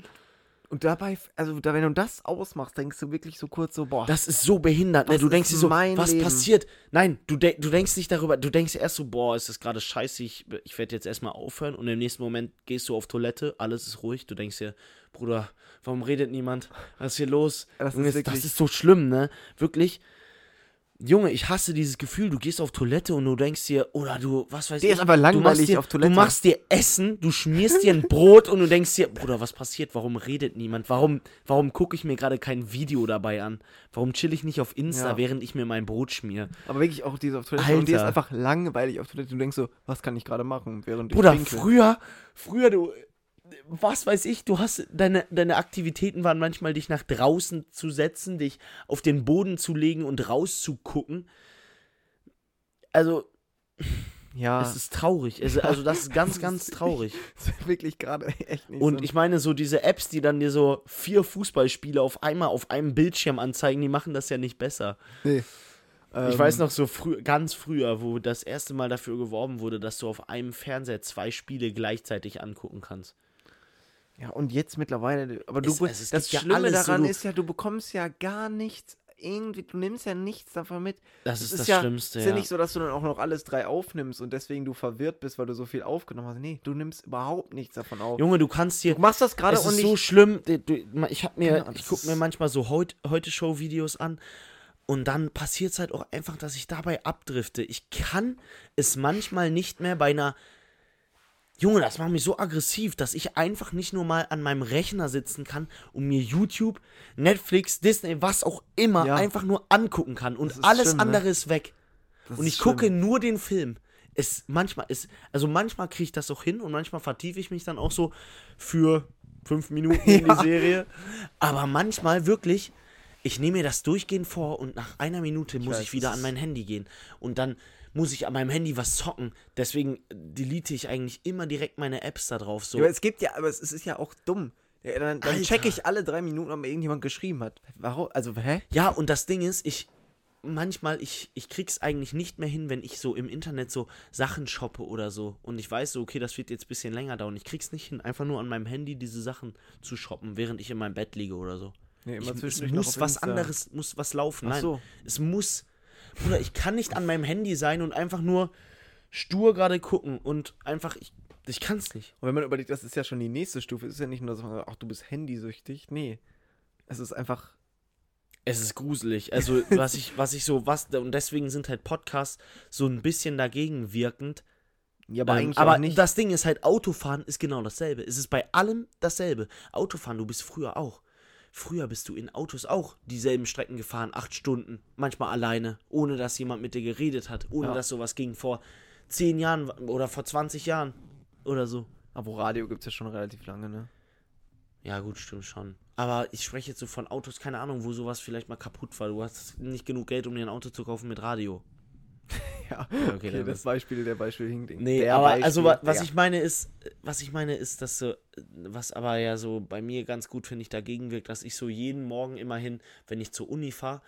S2: Und dabei, also da, wenn du das ausmachst, denkst du wirklich so kurz so, boah.
S1: Das ist so behindert, ne?
S2: Das
S1: Du denkst
S2: ist
S1: dir so,
S2: mein
S1: was
S2: Leben.
S1: passiert? Nein, du, de du denkst nicht darüber, du denkst erst so, boah, ist das gerade scheiße, ich, ich werde jetzt erstmal aufhören und im nächsten Moment gehst du auf Toilette, alles ist ruhig, du denkst dir, Bruder, warum redet niemand? Was ist hier los?
S2: Das
S1: Junge,
S2: ist
S1: das,
S2: wirklich-
S1: ist so schlimm, ne? Wirklich. Junge, ich hasse dieses Gefühl, du gehst auf Toilette und du denkst dir, oder du, was weiß
S2: Dir
S1: ich.
S2: ist aber
S1: du machst
S2: langweilig
S1: dir,
S2: auf Toilette.
S1: Du machst dir Essen, du schmierst dir ein Brot und du denkst dir, Bruder, was passiert? Warum redet niemand? Warum, warum gucke ich mir gerade kein Video dabei an? Warum chill ich nicht auf Insta,
S2: Ja.
S1: während ich mir mein Brot schmier?
S2: aber wirklich auch diese auf Toilette. Und dir ist
S1: Alter.
S2: einfach langweilig auf Toilette. Du denkst so, was kann ich gerade machen, während ich
S1: Bruder,
S2: pinkel?
S1: früher, früher, du, was weiß ich, du hast, deine, deine Aktivitäten waren manchmal, dich nach draußen zu setzen, dich auf den Boden zu legen und rauszugucken. Also,
S2: Ja,
S1: es ist traurig. Es, also, das ist ganz,
S2: ist
S1: ganz
S2: wirklich-
S1: traurig.
S2: das ist wirklich gerade echt nicht so.
S1: Und ich meine, so diese Apps, die dann dir so vier Fußballspiele auf einmal auf einem Bildschirm anzeigen, die machen das ja nicht besser.
S2: nee. Ähm,
S1: ich weiß noch so früh, ganz früher, wo das erste Mal dafür geworben wurde, dass du auf einem Fernseher zwei Spiele gleichzeitig angucken kannst.
S2: Ja, und jetzt mittlerweile, aber du,
S1: Es-
S2: be-
S1: es- es
S2: das
S1: gibt ja
S2: Schlimme
S1: alles so,
S2: daran
S1: du-
S2: ist ja, du bekommst ja gar nichts, irgendwie, du nimmst ja nichts davon mit.
S1: Das
S2: Es
S1: ist das
S2: ja,
S1: Schlimmste,
S2: Es ist ja
S1: ja.
S2: nicht so, dass du dann auch noch alles drei aufnimmst und deswegen du verwirrt bist, weil du so viel aufgenommen hast. Nee, du nimmst überhaupt nichts davon auf.
S1: Junge, du kannst hier.
S2: du machst das gerade
S1: Es
S2: und
S1: ist
S2: nicht.
S1: so schlimm. Du- du- Ich hab
S2: Keine
S1: mir,
S2: Ahnung,
S1: ich
S2: das
S1: guck
S2: ist-
S1: mir manchmal so heute heute Show Videos an und dann passiert es halt auch einfach, dass ich dabei abdrifte. Ich kann es manchmal nicht mehr bei einer Junge, das macht mich so aggressiv, dass ich einfach nicht nur mal an meinem Rechner sitzen kann und mir YouTube, Netflix, Disney, was auch immer
S2: Ja.
S1: einfach nur angucken kann und
S2: ist
S1: alles
S2: schlimm, ne?
S1: andere ist weg.
S2: Das
S1: Und
S2: ist
S1: ich gucke
S2: schlimm.
S1: nur den Film. Es manchmal ist, also manchmal kriege ich das auch hin und manchmal vertiefe ich mich dann auch so für fünf Minuten in die Serie. Aber manchmal wirklich, ich nehme mir das durchgehend vor und nach einer Minute muss
S2: weiß,
S1: ich wieder
S2: das
S1: an
S2: ist-
S1: mein Handy gehen. Und dann muss ich an meinem Handy was zocken. Deswegen delete ich eigentlich immer direkt meine Apps da drauf. So.
S2: Ja, aber es gibt ja, aber es ist ja auch dumm. Ja, dann dann
S1: Alter.
S2: checke ich alle drei Minuten, ob mir irgendjemand geschrieben hat. Warum? Also, hä?
S1: Ja, und das Ding ist, ich manchmal, ich, ich krieg's eigentlich nicht mehr hin, wenn ich so im Internet so Sachen shoppe oder so. Und ich weiß so, okay, das wird jetzt ein bisschen länger dauern. Ich krieg's nicht hin, einfach nur an meinem Handy diese Sachen zu shoppen, während ich in meinem Bett liege oder so.
S2: Nee,
S1: Ich, es
S2: noch
S1: muss
S2: auf
S1: was
S2: Insta.
S1: anderes, muss was laufen.
S2: Ach
S1: Nein,
S2: so.
S1: es muss. Bruder, ich kann nicht an meinem Handy sein und einfach nur stur gerade gucken und einfach, ich, ich kann's nicht.
S2: Und wenn man überlegt, das ist ja schon die nächste Stufe. Es ist ja nicht nur, dass man sagt, ach, du bist handysüchtig. Nee. Es ist einfach.
S1: Es ist gruselig. Also, was ich, was ich so, was, und deswegen sind halt Podcasts so ein bisschen dagegen wirkend,
S2: Ja, aber
S1: Ähm,
S2: eigentlich
S1: aber
S2: auch nicht.
S1: das Ding ist halt, Autofahren ist genau dasselbe. Es ist bei allem dasselbe. Autofahren, du bist früher auch. Früher bist du in Autos auch dieselben Strecken gefahren, acht Stunden, manchmal alleine, ohne dass jemand mit dir geredet hat, ohne
S2: Ja.
S1: dass sowas ging vor zehn Jahren oder vor 20 Jahren oder so.
S2: aber Radio gibt es ja schon relativ lange, ne?
S1: Ja, gut, stimmt schon. Aber ich spreche jetzt so von Autos, keine Ahnung, wo sowas vielleicht mal kaputt war. Du hast nicht genug Geld, um dir ein Auto zu kaufen mit Radio.
S2: Ja.
S1: okay,
S2: Okay,
S1: dann
S2: das
S1: ist-
S2: Beispiel, der Beispiel hinkt.
S1: Nee,
S2: der
S1: aber
S2: Beispiel,
S1: also wa- was
S2: der.
S1: ich meine ist, was ich meine ist, dass so, was aber ja so bei mir ganz gut finde ich dagegen wirkt, dass ich so jeden Morgen immerhin, wenn ich zur Uni fahre,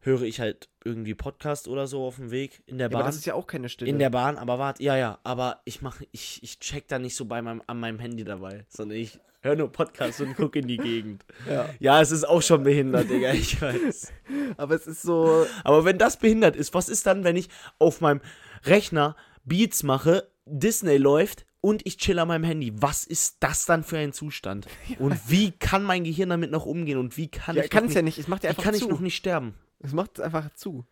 S1: höre ich halt irgendwie Podcast oder so auf dem Weg in der
S2: Ja, aber
S1: Bahn.
S2: das ist ja auch keine Stille.
S1: in der Bahn, aber warte, ja, ja, aber ich mache, ich, ich check da nicht so bei meinem, an meinem Handy dabei, sondern ich höre nur Podcasts und gucke in die Gegend.
S2: ja.
S1: Ja, es ist auch schon behindert, Digga, ich weiß.
S2: Aber es ist so.
S1: Aber wenn das behindert ist, was ist dann, wenn ich auf meinem Rechner Beats mache, Disney läuft und ich chill an meinem Handy? Was ist das dann für ein Zustand? Und wie kann mein Gehirn damit noch umgehen? Und wie kann
S2: Ja,
S1: ich
S2: kann
S1: noch
S2: es
S1: nicht,
S2: ja nicht. Es macht ja
S1: wie
S2: einfach
S1: kann
S2: zu.
S1: ich noch nicht sterben?
S2: Es macht es einfach zu.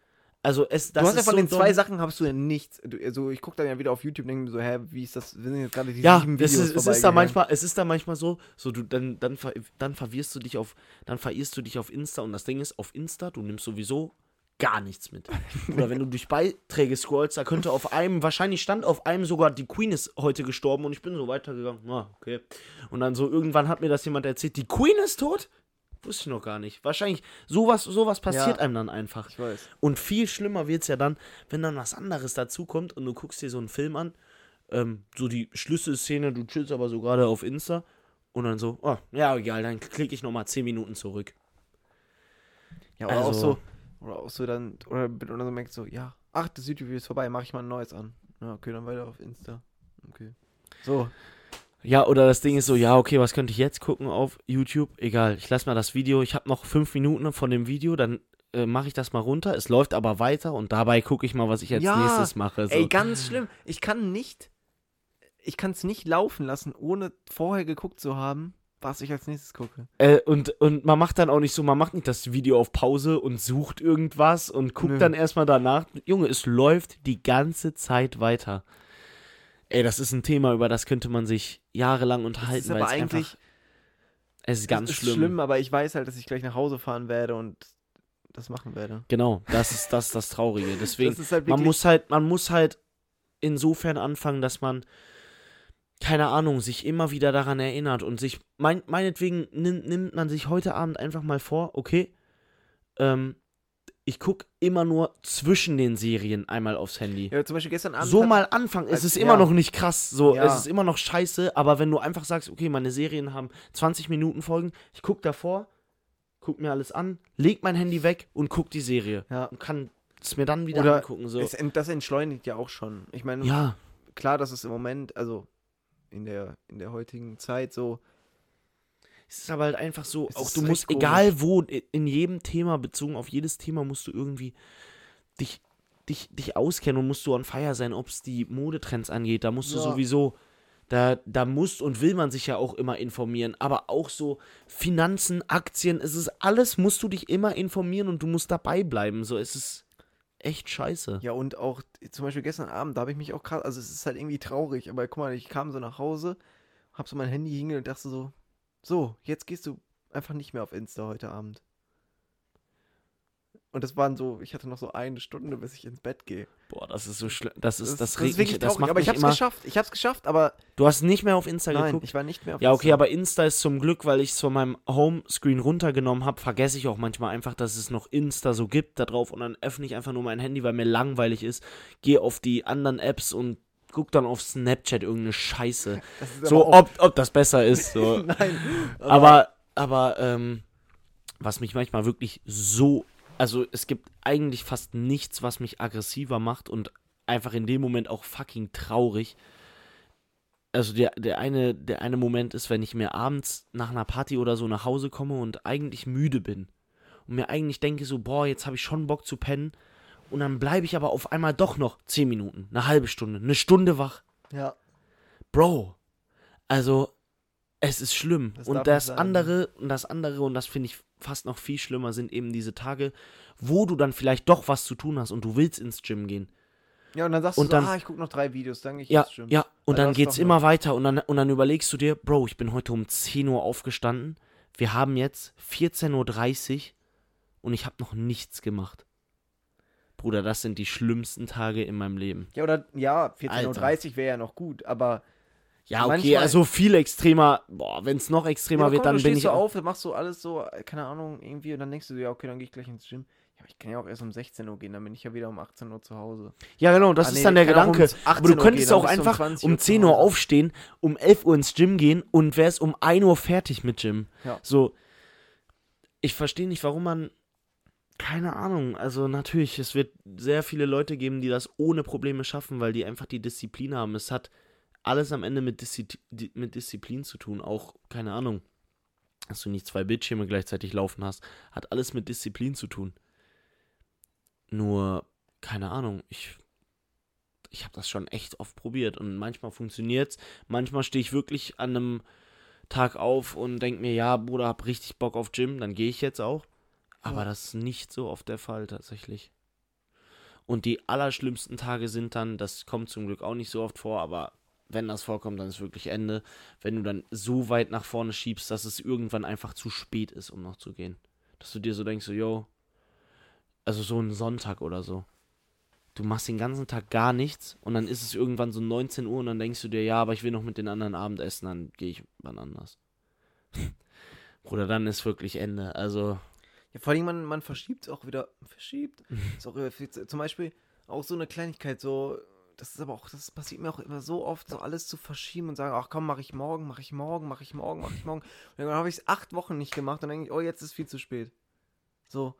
S1: Also es, das
S2: du hast
S1: ist
S2: ja von
S1: so
S2: den zwei
S1: dumm.
S2: Sachen hast du ja nichts. Du, also ich gucke dann ja wieder auf YouTube und denke mir so, hä, wie ist das? Wir sind jetzt gerade die
S1: Ja,
S2: sieben
S1: das
S2: Videos
S1: ist, es ist da
S2: vorbeigegangen.
S1: manchmal, es ist da manchmal so, so du dann dann ver, dann verwirrst du dich auf dann verirrst du dich auf Insta und das Ding ist auf Insta, du nimmst sowieso gar nichts mit. Oder wenn du durch Beiträge scrollst, da könnte auf einem wahrscheinlich stand auf einem sogar die Queen ist heute gestorben und ich bin so weitergegangen. Na, okay. Und dann so irgendwann hat mir das jemand erzählt, die Queen ist tot? Wusste ich noch gar nicht. Wahrscheinlich sowas sowas passiert
S2: Ja.
S1: einem dann einfach.
S2: Ich weiß.
S1: Und viel schlimmer wird es ja dann, wenn dann was anderes dazukommt und du guckst dir so einen Film an, ähm, so die Schlüsselszene, du chillst aber so gerade auf Insta und dann so, oh, ja, egal, dann klicke ich nochmal 10 Minuten zurück.
S2: Ja, oder auch
S1: Also-
S2: so. Oder auch so dann. Oder, oder so merkst du, ja, ach, das YouTube-Video ist vorbei, mache ich mal ein neues an. Ja, okay, dann weiter auf Insta. Okay. So.
S1: Ja, oder das Ding ist so, ja, okay, was könnte ich jetzt gucken auf YouTube? Egal, ich lasse mal das Video. Ich habe noch fünf Minuten von dem Video, dann äh, mache ich das mal runter. Es läuft aber weiter und dabei gucke ich mal, was ich als
S2: Ja,
S1: nächstes mache. So.
S2: Ey, ganz schlimm. Ich kann nicht, ich kann es nicht laufen lassen, ohne vorher geguckt zu haben, was ich als nächstes gucke.
S1: Äh, und, und man macht dann auch nicht so, man macht nicht das Video auf Pause und sucht irgendwas und guckt
S2: Nö.
S1: dann erstmal danach. Junge, es läuft die ganze Zeit weiter. Ey, das ist ein Thema, über das könnte man sich jahrelang unterhalten.
S2: aber
S1: weil es
S2: eigentlich-
S1: einfach, es ist
S2: Das
S1: ganz
S2: ist
S1: schlimm.
S2: schlimm, aber ich weiß halt, dass ich gleich nach Hause fahren werde und das machen werde.
S1: Genau, das ist das, ist das Traurige. Deswegen,
S2: das ist halt
S1: man muss halt, man muss halt insofern anfangen, dass man, keine Ahnung, sich immer wieder daran erinnert und sich, mein, meinetwegen nimmt, nimmt man sich heute Abend einfach mal vor, okay, ähm, ich gucke immer nur zwischen den Serien einmal aufs Handy.
S2: ja, zum Beispiel gestern Abend.
S1: so
S2: hat-
S1: mal anfangen, es
S2: also,
S1: ist immer
S2: ja.
S1: noch nicht krass, so,
S2: Ja.
S1: es ist immer noch scheiße, aber wenn du einfach sagst, okay, meine Serien haben 20 Minuten Folgen, ich guck davor, guck mir alles an, leg mein Handy weg und guck die Serie
S2: Ja.
S1: und kann es mir dann wieder
S2: Oder
S1: angucken, so.
S2: Es, ent- das entschleunigt ja auch schon. Ich meine,
S1: ja.
S2: klar, dass es im Moment, also in der, in der heutigen Zeit so.
S1: Es ist aber halt einfach so,
S2: Es
S1: auch
S2: ist
S1: du
S2: echt
S1: musst,
S2: komisch.
S1: egal wo, i- in jedem Thema, bezogen auf jedes Thema, musst du irgendwie dich, dich, dich auskennen und musst du on fire sein, ob es die Modetrends angeht. Da musst du
S2: Ja.
S1: sowieso, da, da muss und will man sich ja auch immer informieren. Aber auch so Finanzen, Aktien, es ist alles, musst du dich immer informieren und du musst dabei bleiben. So, es ist echt scheiße.
S2: Ja, und auch t- zum Beispiel gestern Abend, da habe ich mich auch krass. Also, es ist halt irgendwie traurig, aber guck mal, ich kam so nach Hause, hab so mein Handy hingelegt und dachte so: So, jetzt gehst du einfach nicht mehr auf Insta heute Abend. Und das waren so, ich hatte noch so eine Stunde, bis ich ins Bett gehe.
S1: Boah, das ist so schlimm. Das ist, das, regt
S2: wirklich
S1: mich, das
S2: traurig,
S1: macht
S2: aber ich
S1: mich
S2: hab's
S1: immer.
S2: geschafft. Ich hab's geschafft, aber
S1: Du hast nicht mehr auf Insta
S2: nein,
S1: geguckt.
S2: ich war nicht mehr auf
S1: Ja, okay,
S2: Insta.
S1: aber Insta ist zum Glück, weil ich es von meinem Homescreen runtergenommen habe, vergesse ich auch manchmal einfach, dass es noch Insta so gibt da drauf und dann öffne ich einfach nur mein Handy, weil mir langweilig ist, gehe auf die anderen Apps und guck dann auf Snapchat irgendeine Scheiße.
S2: Das ist
S1: So,
S2: aber auch-
S1: ob, ob das besser ist. So.
S2: Nein.
S1: aber, aber, ähm, was mich manchmal wirklich so, also es gibt eigentlich fast nichts, was mich aggressiver macht und einfach in dem Moment auch fucking traurig. Also der, der, eine, der eine Moment ist, wenn ich mir abends nach einer Party oder so nach Hause komme und eigentlich müde bin und mir eigentlich denke so, boah, jetzt habe ich schon Bock zu pennen und dann bleibe ich aber auf einmal doch noch 10 Minuten, eine halbe Stunde, eine Stunde wach.
S2: Ja.
S1: Bro, also es ist schlimm.
S2: Das darf
S1: und
S2: nicht
S1: das
S2: sein, ne?
S1: andere und das andere und das finde ich fast noch viel schlimmer sind eben diese Tage, wo du dann vielleicht doch was zu tun hast und du willst ins Gym gehen.
S2: Ja, und dann sagst
S1: Und
S2: du
S1: dann-
S2: so, ah, ich guck noch drei Videos, dann gehe ich
S1: Ja,
S2: ins Gym.
S1: ja, und
S2: Also
S1: dann
S2: das
S1: geht's
S2: doch
S1: immer weiter und dann und dann überlegst du dir, Bro, ich bin heute um 10 Uhr aufgestanden. Wir haben jetzt 14:30 Uhr und ich habe noch nichts gemacht. Bruder, das sind die schlimmsten Tage in meinem Leben.
S2: Ja, oder, ja, 14.30 Uhr wäre ja noch gut, aber.
S1: Ja, okay,
S2: Manchmal-
S1: also viel extremer, boah, wenn es noch extremer
S2: ja,
S1: wird,
S2: komm,
S1: dann
S2: du
S1: bin
S2: stehst
S1: ich
S2: so
S1: auch-
S2: auf, dann machst du alles so, äh, keine Ahnung, irgendwie, und dann denkst du so, ja, okay, dann gehe ich gleich ins Gym. Ja, aber ich kann ja auch erst um 16 Uhr gehen, dann bin ich ja wieder um 18 Uhr zu Hause.
S1: Ja, genau, das
S2: Ah, nee,
S1: ist dann der
S2: kann auch um
S1: Gedanke.
S2: 18
S1: Aber du
S2: Uhr
S1: könntest
S2: gehen, dann
S1: auch
S2: bist du um
S1: einfach
S2: 20
S1: um,
S2: Uhr zu
S1: 10 Uhr
S2: Hause.
S1: aufstehen, um 11 Uhr ins Gym gehen und wär's um 1 Uhr fertig mit Gym.
S2: Ja.
S1: So, ich verstehe nicht, warum man, keine Ahnung, also natürlich, es wird sehr viele Leute geben, die das ohne Probleme schaffen, weil die einfach die Disziplin haben. Es hat alles am Ende mit, Diszi di- mit Disziplin zu tun, auch, keine Ahnung, dass du nicht zwei Bildschirme gleichzeitig laufen hast, hat alles mit Disziplin zu tun. Nur, keine Ahnung, ich, ich habe das schon echt oft probiert und manchmal funktioniert's, manchmal stehe ich wirklich an einem Tag auf und denke mir, ja, Bruder, hab richtig Bock auf Gym, dann gehe ich jetzt auch. Aber
S2: Ja.
S1: das ist nicht so oft der Fall tatsächlich. Und die allerschlimmsten Tage sind dann, das kommt zum Glück auch nicht so oft vor, aber wenn das vorkommt, dann ist wirklich Ende. Wenn du dann so weit nach vorne schiebst, dass es irgendwann einfach zu spät ist, um noch zu gehen. Dass du dir so denkst, so, yo, also so ein Sonntag oder so. Du machst den ganzen Tag gar nichts und dann ist es irgendwann so 19 Uhr und dann denkst du dir, ja, aber ich will noch mit den anderen Abend essen, dann gehe ich wann anders. Bruder, dann ist wirklich Ende. Also,
S2: Ja, vor allem, man, man verschiebt es auch wieder. Verschiebt?
S1: Mhm.
S2: ist auch immer viel zu- zum Beispiel auch so eine Kleinigkeit, so, das ist aber auch, das passiert mir auch immer so oft, so alles zu verschieben und sagen, ach komm, mache ich morgen, mache ich morgen, mache ich morgen, mache ich morgen. Und dann habe ich es acht Wochen nicht gemacht und dann denke ich, oh, jetzt ist viel zu spät. So.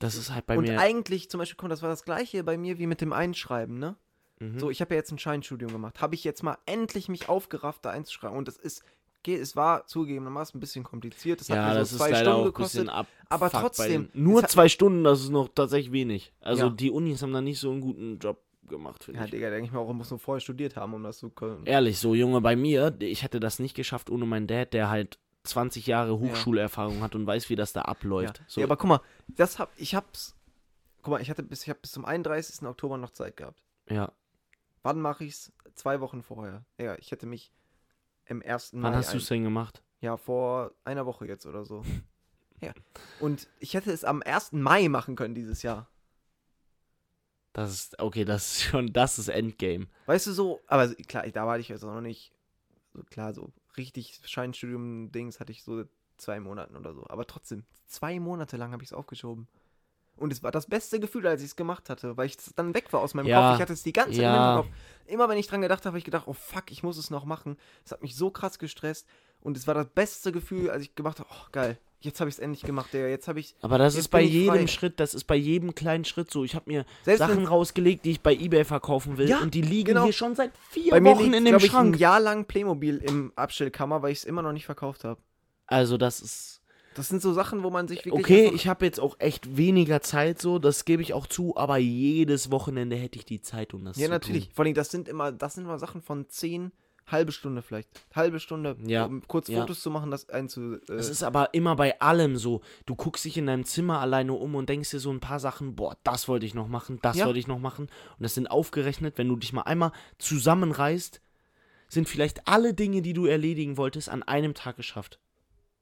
S1: das ist halt bei
S2: und
S1: mir.
S2: eigentlich, zum Beispiel, komm, das war das gleiche bei mir wie mit dem Einschreiben, ne?
S1: Mhm.
S2: So, ich habe ja jetzt ein Scheinstudium gemacht. Habe ich jetzt mal endlich mich aufgerafft, da einzuschreiben. Und das ist, geht, es war zugegebenermaßen ein bisschen kompliziert. Das
S1: ja,
S2: hat mir
S1: das
S2: so
S1: ist
S2: zwei
S1: leider
S2: Stunden
S1: auch ein
S2: gekostet.
S1: bisschen ab.
S2: aber
S1: Fuck,
S2: trotzdem,
S1: bei den- Nur
S2: es hat-
S1: zwei Stunden, das ist noch tatsächlich wenig. Also
S2: Ja.
S1: die Unis haben da nicht so einen guten Job gemacht, finde
S2: Ja,
S1: ich.
S2: Digga, denke ich mal, auch, muss nur vorher studiert haben, um das zu können.
S1: Ehrlich, so Junge, bei mir, ich hätte das nicht geschafft ohne meinen Dad, der halt 20 Jahre Hochschulerfahrung hat und weiß, wie das da abläuft.
S2: Ja.
S1: So,
S2: ja, aber guck mal, das hab, ich hab's. Guck mal, ich hatte bis, ich hab bis zum 31. Oktober noch Zeit gehabt.
S1: ja.
S2: Wann mache ich's? Zwei Wochen vorher. Ja, ich hätte mich im ersten
S1: Wann
S2: Mai
S1: hast du es denn gemacht?
S2: Ja, vor einer Woche jetzt oder so. ja. Und ich hätte es am 1. Mai machen können dieses Jahr.
S1: Das ist, okay, das ist schon, das ist Endgame.
S2: Weißt du so, aber so- klar, da war ich jetzt auch noch nicht. So klar, so richtig Scheinstudium-Dings hatte ich so zwei Monaten oder so. Aber trotzdem, zwei Monate lang habe ich es aufgeschoben. Und es war das beste Gefühl, als ich es gemacht hatte, weil ich es dann weg war aus meinem
S1: Ja.
S2: Kopf. Ich hatte es die ganze Zeit
S1: Ja.
S2: im Hinterkopf. Immer wenn ich dran gedacht habe, habe ich gedacht, oh fuck, ich muss es noch machen. Es hat mich so krass gestresst. Und es war das beste Gefühl, als ich gemacht habe, oh geil, jetzt habe ich es endlich gemacht, Digga. Jetzt habe ich
S1: Aber das
S2: Jetzt
S1: ist bei
S2: bin ich
S1: jedem
S2: frei.
S1: Schritt, das ist bei jedem kleinen Schritt so. Ich habe mir
S2: Selbst
S1: Sachen
S2: wenn-
S1: rausgelegt, die ich bei eBay verkaufen will
S2: Ja,
S1: und die liegen
S2: genau.
S1: hier schon seit vier
S2: Bei mir
S1: Wochen
S2: liegt,
S1: in dem
S2: glaub ich, ein
S1: Schrank.
S2: Jahr lang Playmobil im Abstellkammer, weil ich es immer noch nicht verkauft habe.
S1: Also das ist
S2: Das sind so Sachen, wo man sich wirklich.
S1: okay,
S2: einfach-
S1: ich habe jetzt auch echt weniger Zeit so, das gebe ich auch zu, aber jedes Wochenende hätte ich die Zeit, um das
S2: Ja,
S1: zu
S2: natürlich.
S1: tun.
S2: Vor allem, das sind immer, das sind immer Sachen von zehn, halbe Stunde vielleicht. Halbe Stunde,
S1: Ja,
S2: um kurz
S1: ja.
S2: Fotos zu machen, das einzu. Äh,
S1: Es ist aber immer bei allem so. Du guckst dich in deinem Zimmer alleine um und denkst dir so ein paar Sachen, boah, das wollte ich noch machen, das
S2: Ja.
S1: wollte ich noch machen. Und das sind aufgerechnet, wenn du dich mal einmal zusammenreißt, sind vielleicht alle Dinge, die du erledigen wolltest, an einem Tag geschafft.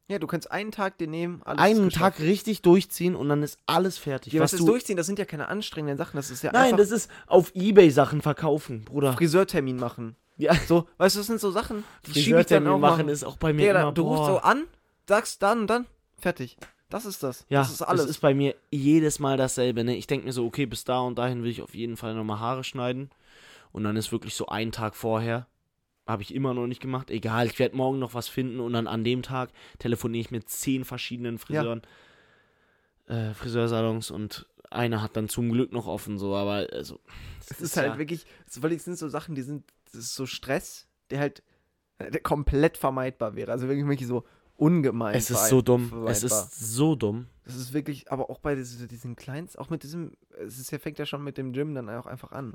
S2: ja, du kannst einen Tag dir nehmen, alles
S1: einen
S2: geschafft.
S1: Tag richtig durchziehen und dann ist alles fertig.
S2: Ja,
S1: was
S2: was ist
S1: du,
S2: durchziehen? Das sind ja keine anstrengenden Sachen. Das ist ja
S1: Nein,
S2: einfach
S1: das ist auf Ebay Sachen verkaufen, Bruder.
S2: Friseurtermin machen.
S1: Ja,
S2: So, weißt du, das sind so Sachen, die schiebe ich dann
S1: Friseurtermin
S2: auch
S1: machen
S2: mal.
S1: ist auch bei mir
S2: Ja,
S1: immer,
S2: da, du rufst
S1: boah.
S2: so an, sagst dann und dann, fertig. Das ist das.
S1: ja,
S2: das ist alles.
S1: Das ist bei mir jedes Mal dasselbe. Ne? Ich denke mir so, okay, bis da und dahin will ich auf jeden Fall nochmal Haare schneiden. Und dann ist wirklich so ein Tag vorher, habe ich immer noch nicht gemacht. Egal, ich werde morgen noch was finden und dann an dem Tag telefoniere ich mit zehn verschiedenen Friseuren, äh, Friseursalons und einer hat dann zum Glück noch offen, so, aber also.
S2: Es ist halt wirklich, es weil es sind so Sachen, die sind, das ist so Stress, der halt der komplett vermeidbar wäre. Also wirklich, wirklich so ungemein.
S1: Es ist
S2: vermeid-
S1: so dumm.
S2: vermeidbar.
S1: Es ist so dumm.
S2: Es ist wirklich, aber auch bei diesen, diesen Kleins, auch mit diesem, es ist, ja- fängt ja schon mit dem Gym dann auch einfach an.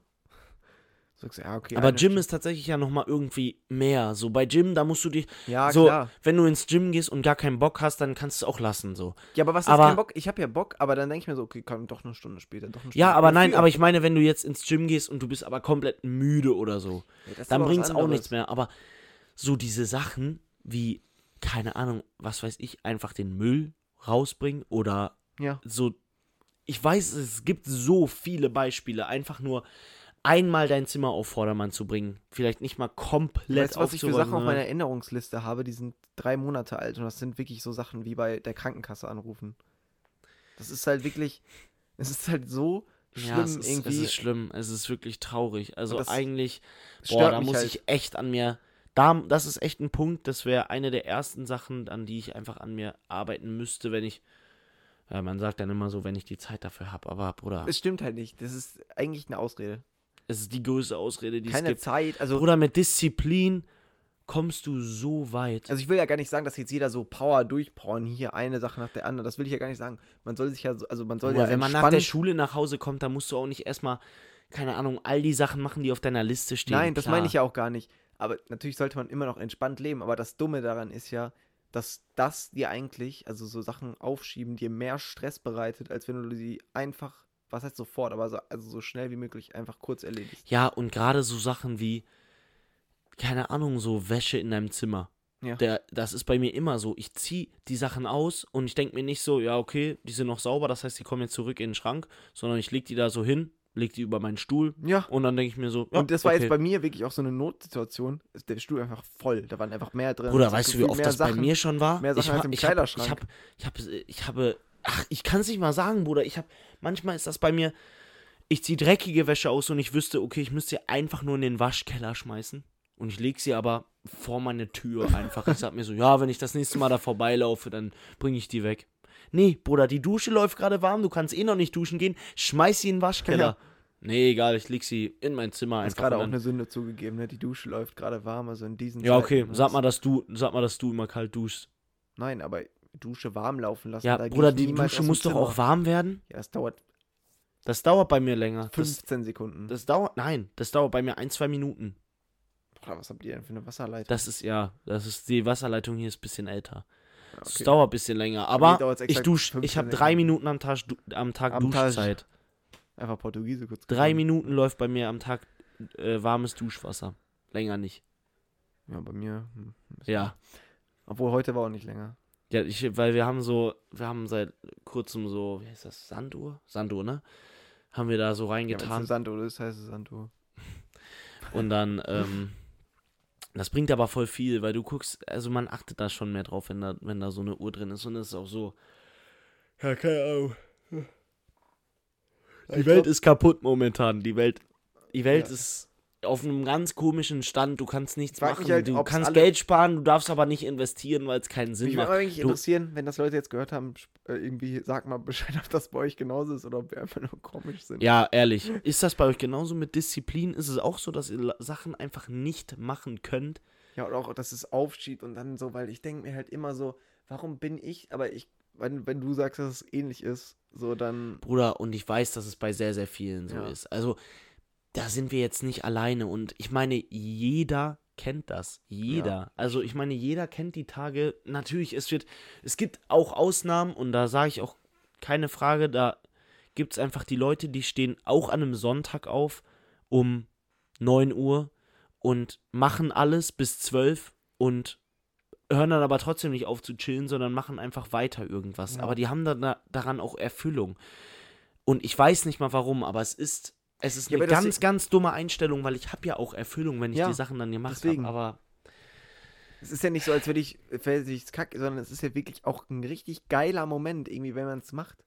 S2: So, ich so, ja, okay,
S1: Aber
S2: eine
S1: Gym
S2: Stunde-
S1: ist tatsächlich ja nochmal irgendwie mehr. So bei Gym, da musst du dich.
S2: ja,
S1: so,
S2: klar.
S1: wenn du ins Gym gehst und gar keinen Bock hast, dann kannst du es auch lassen. So.
S2: Ja, aber was
S1: aber-
S2: ist kein Bock? Ich habe ja Bock, aber dann denke ich mir so, okay, komm, doch eine Stunde später, doch eine Stunde
S1: Ja, aber
S2: später.
S1: nein, aber ich meine, wenn du jetzt ins Gym gehst und du bist aber komplett müde oder so,
S2: Ja, das ist
S1: dann
S2: aber was
S1: bringt es auch
S2: anderes.
S1: nichts mehr. Aber so diese Sachen wie, keine Ahnung, was weiß ich, einfach den Müll rausbringen oder
S2: Ja.
S1: so. Ich weiß, es gibt so viele Beispiele, einfach nur einmal dein Zimmer auf Vordermann zu bringen. Vielleicht nicht mal komplett
S2: Weißt du, was ich für
S1: aufzuräumen,
S2: Sachen auf
S1: sondern-
S2: meiner Erinnerungsliste habe, die sind drei Monate alt und das sind wirklich so Sachen wie bei der Krankenkasse anrufen. Das ist halt wirklich, es ist halt so schlimm
S1: ja, es ist,
S2: irgendwie.
S1: Es ist schlimm, es ist wirklich traurig. Also
S2: das
S1: eigentlich,
S2: Es
S1: boah,
S2: stört
S1: da
S2: mich
S1: muss
S2: halt.
S1: ich echt an mir. Da, das ist echt ein Punkt, das wäre eine der ersten Sachen, an die ich einfach an mir arbeiten müsste, wenn ich. Ja, man sagt dann immer so, wenn ich die Zeit dafür habe, aber Bruder,
S2: es stimmt halt nicht. Das ist eigentlich eine Ausrede.
S1: es ist die größte Ausrede, die es
S2: Keine
S1: gibt.
S2: Zeit. Also,
S1: Bruder, mit Disziplin kommst du so weit.
S2: also ich will ja gar nicht sagen, dass jetzt jeder so Power durchporn hier eine Sache nach der anderen. Das will ich ja gar nicht sagen. Man soll sich ja, so, also man soll
S1: Bruder,
S2: ja
S1: wenn man nach der
S2: entspannt-
S1: Schule nach Hause kommt, dann musst du auch nicht erstmal, keine Ahnung, all die Sachen machen, die auf deiner Liste stehen.
S2: Nein, das
S1: Klar.
S2: meine ich ja auch gar nicht. Aber natürlich sollte man immer noch entspannt leben. Aber das Dumme daran ist ja, dass das dir eigentlich, also so Sachen aufschieben, dir mehr Stress bereitet, als wenn du sie einfach, was heißt sofort, aber so, also so schnell wie möglich einfach kurz erledigst.
S1: Ja, und gerade so Sachen wie, keine Ahnung, so Wäsche in deinem Zimmer.
S2: Ja.
S1: Der, das ist bei mir immer so. Ich ziehe die Sachen aus und ich denke mir nicht so, ja, okay, die sind noch sauber, das heißt, die kommen jetzt zurück in den Schrank, sondern ich lege die da so hin, lege die über meinen Stuhl
S2: Ja.
S1: und dann denke ich mir so, ja,
S2: Und das war
S1: okay.
S2: jetzt bei mir wirklich auch so eine Notsituation. Der Stuhl einfach voll. Da waren einfach mehr drin.
S1: Bruder,
S2: Das
S1: weißt du, wie
S2: Gefühl,
S1: oft
S2: mehr
S1: das bei
S2: Sachen.
S1: mir schon war?
S2: mehr Sachen
S1: ich,
S2: als
S1: ha-
S2: im
S1: ich, hab, ich,
S2: Kleiderschrank.
S1: hab, ich, hab, ich habe, ach, ich kann es nicht mal sagen, Bruder. Ich habe, manchmal ist das bei mir, ich ziehe dreckige Wäsche aus und ich wüsste, okay, ich müsste sie einfach nur in den Waschkeller schmeißen. Und ich lege sie aber vor meine Tür einfach. Ich sag mir so, ja, wenn ich das nächste Mal da vorbeilaufe, dann bringe ich die weg. Nee, Bruder, die Dusche läuft gerade warm, du kannst eh noch nicht duschen gehen, schmeiß sie in den Waschkeller. Nee, egal, ich leg sie in mein Zimmer
S2: Genau. Ist
S1: einfach.
S2: gerade
S1: und
S2: auch
S1: dann-
S2: eine Sünde zugegeben, ne? Die Dusche läuft gerade warm, also in diesen
S1: ja, okay,
S2: Zeiten, ne?
S1: sag mal, dass du, sag mal, dass du immer kalt duschst.
S2: Nein, aber Dusche warm laufen lassen.
S1: Ja,
S2: da geh
S1: Bruder,
S2: ich
S1: die
S2: niemals
S1: Dusche
S2: aus dem
S1: muss doch
S2: Zimmer.
S1: auch warm werden.
S2: Ja, das dauert
S1: Das dauert bei mir länger. Das,
S2: 15 Sekunden.
S1: das dauert, nein, das dauert bei mir ein, zwei Minuten.
S2: Boah, was habt ihr denn für eine Wasserleitung?
S1: Das ist ja, das ist, die Wasserleitung hier ist ein bisschen älter.
S2: Ja,
S1: Es
S2: okay.
S1: dauert ein bisschen länger,
S2: mir
S1: aber
S2: dauert's
S1: ich
S2: exakt
S1: dusche,
S2: 15
S1: ich habe drei
S2: Sekunden.
S1: Minuten am Tag, du- am Tag
S2: Am Hm. Tag.
S1: Duschzeit.
S2: Einfach Portugiese kurz.
S1: Drei
S2: gelernt.
S1: Minuten läuft bei mir am Tag äh, warmes Duschwasser. Länger nicht.
S2: Ja, bei mir. hm, ein bisschen.
S1: Ja.
S2: Obwohl heute war auch nicht länger.
S1: Ja, ich, weil wir haben so, wir haben seit kurzem so, wie heißt das, Sanduhr? Sanduhr, ne? Haben wir da so
S2: Ja, wenn es eine
S1: reingetan.
S2: Sanduhr ist, heißt es Sanduhr.
S1: und dann, ähm, das bringt aber voll viel, weil du guckst, also man achtet da schon mehr drauf, wenn da, wenn da so eine Uhr drin ist. Und es ist auch so, ja, keine Ahnung. Die Welt ist kaputt momentan. Die Welt, die Welt
S2: Ja.
S1: ist auf einem ganz komischen Stand. Du kannst nichts
S2: Frag mich
S1: machen.
S2: halt,
S1: du
S2: ob's
S1: kannst
S2: alle-
S1: Geld sparen, du darfst aber nicht investieren, weil es keinen Sinn
S2: Mich würde
S1: macht.
S2: mal eigentlich
S1: Du-
S2: interessieren, wenn das Leute jetzt gehört haben, sp- äh, irgendwie sag mal Bescheid, ob das bei euch genauso ist oder ob wir einfach nur komisch sind.
S1: Ja, ehrlich. Ist das bei euch genauso mit Disziplin? Ist es auch so, dass ihr La- Sachen einfach nicht machen könnt?
S2: Ja, und auch, dass es aufschiebt und dann so, weil ich denke mir halt immer so, warum bin ich, aber ich, wenn, wenn du sagst, dass es ähnlich ist, so dann.
S1: Bruder, und ich weiß, dass es bei sehr, sehr vielen so
S2: Ja.
S1: ist. Also, da sind wir jetzt nicht alleine. Und ich meine, jeder kennt das. Jeder. Also, ich meine, jeder kennt die Tage. Natürlich, es wird, es gibt auch Ausnahmen und da sage ich auch keine Frage, da gibt es einfach die Leute, die stehen auch an einem Sonntag auf um 9 Uhr und machen alles bis 12 und hören dann aber trotzdem nicht auf zu chillen, sondern machen einfach weiter irgendwas.
S2: Ja.
S1: Aber die haben dann da, daran auch Erfüllung. Und ich weiß nicht mal warum, aber es ist, es ist
S2: Ja,
S1: eine
S2: aber das-
S1: ganz, ganz dumme Einstellung, weil ich habe ja auch Erfüllung, wenn ich
S2: Ja,
S1: die Sachen dann gemacht
S2: deswegen.
S1: habe. Aber
S2: Es ist ja nicht so, als würde ich, als ich es kacke, sondern es ist ja wirklich auch ein richtig geiler Moment, irgendwie, wenn man es macht.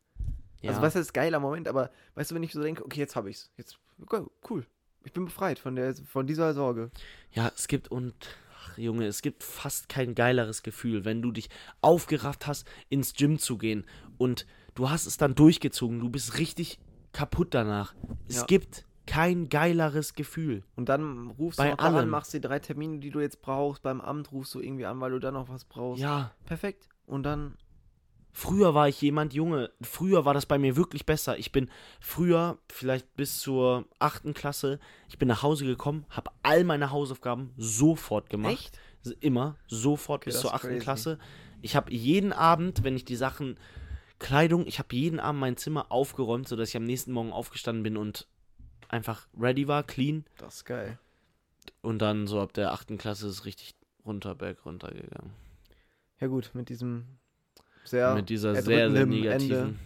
S1: ja,
S2: Also, was heißt geiler Moment, aber weißt du, wenn ich so denke, okay, jetzt habe ich's. Jetzt, okay, cool. Ich bin befreit von, der, von dieser Sorge.
S1: ja, es gibt und ach, Junge, es gibt fast kein geileres Gefühl, wenn du dich aufgerafft hast, ins Gym zu gehen und du hast es dann durchgezogen, du bist richtig kaputt danach. Es
S2: Ja.
S1: gibt kein geileres Gefühl.
S2: Und dann rufst
S1: Bei
S2: du noch da an,
S1: allem.
S2: machst die drei Termine, die du jetzt brauchst. Beim Amt rufst du irgendwie an, weil du dann noch was brauchst.
S1: Ja.
S2: Perfekt. Und dann.
S1: Früher war ich jemand, Junge, früher war das bei mir wirklich besser. Ich bin früher, vielleicht bis zur achten Klasse, ich bin nach Hause gekommen, habe all meine Hausaufgaben sofort gemacht.
S2: Echt?
S1: S- Immer, sofort bis
S2: das
S1: zur
S2: ist
S1: achten
S2: crazy.
S1: Klasse. Ich habe jeden Abend, wenn ich die Sachen, Kleidung, ich habe jeden Abend mein Zimmer aufgeräumt, sodass ich am nächsten Morgen aufgestanden bin und einfach ready war, clean.
S2: Das ist geil.
S1: Und dann so ab der achten Klasse ist richtig runter, berg runtergegangen.
S2: Ja, gut, mit diesem sehr.
S1: mit dieser sehr, sehr
S2: erdrückenden
S1: negativen.
S2: Ende.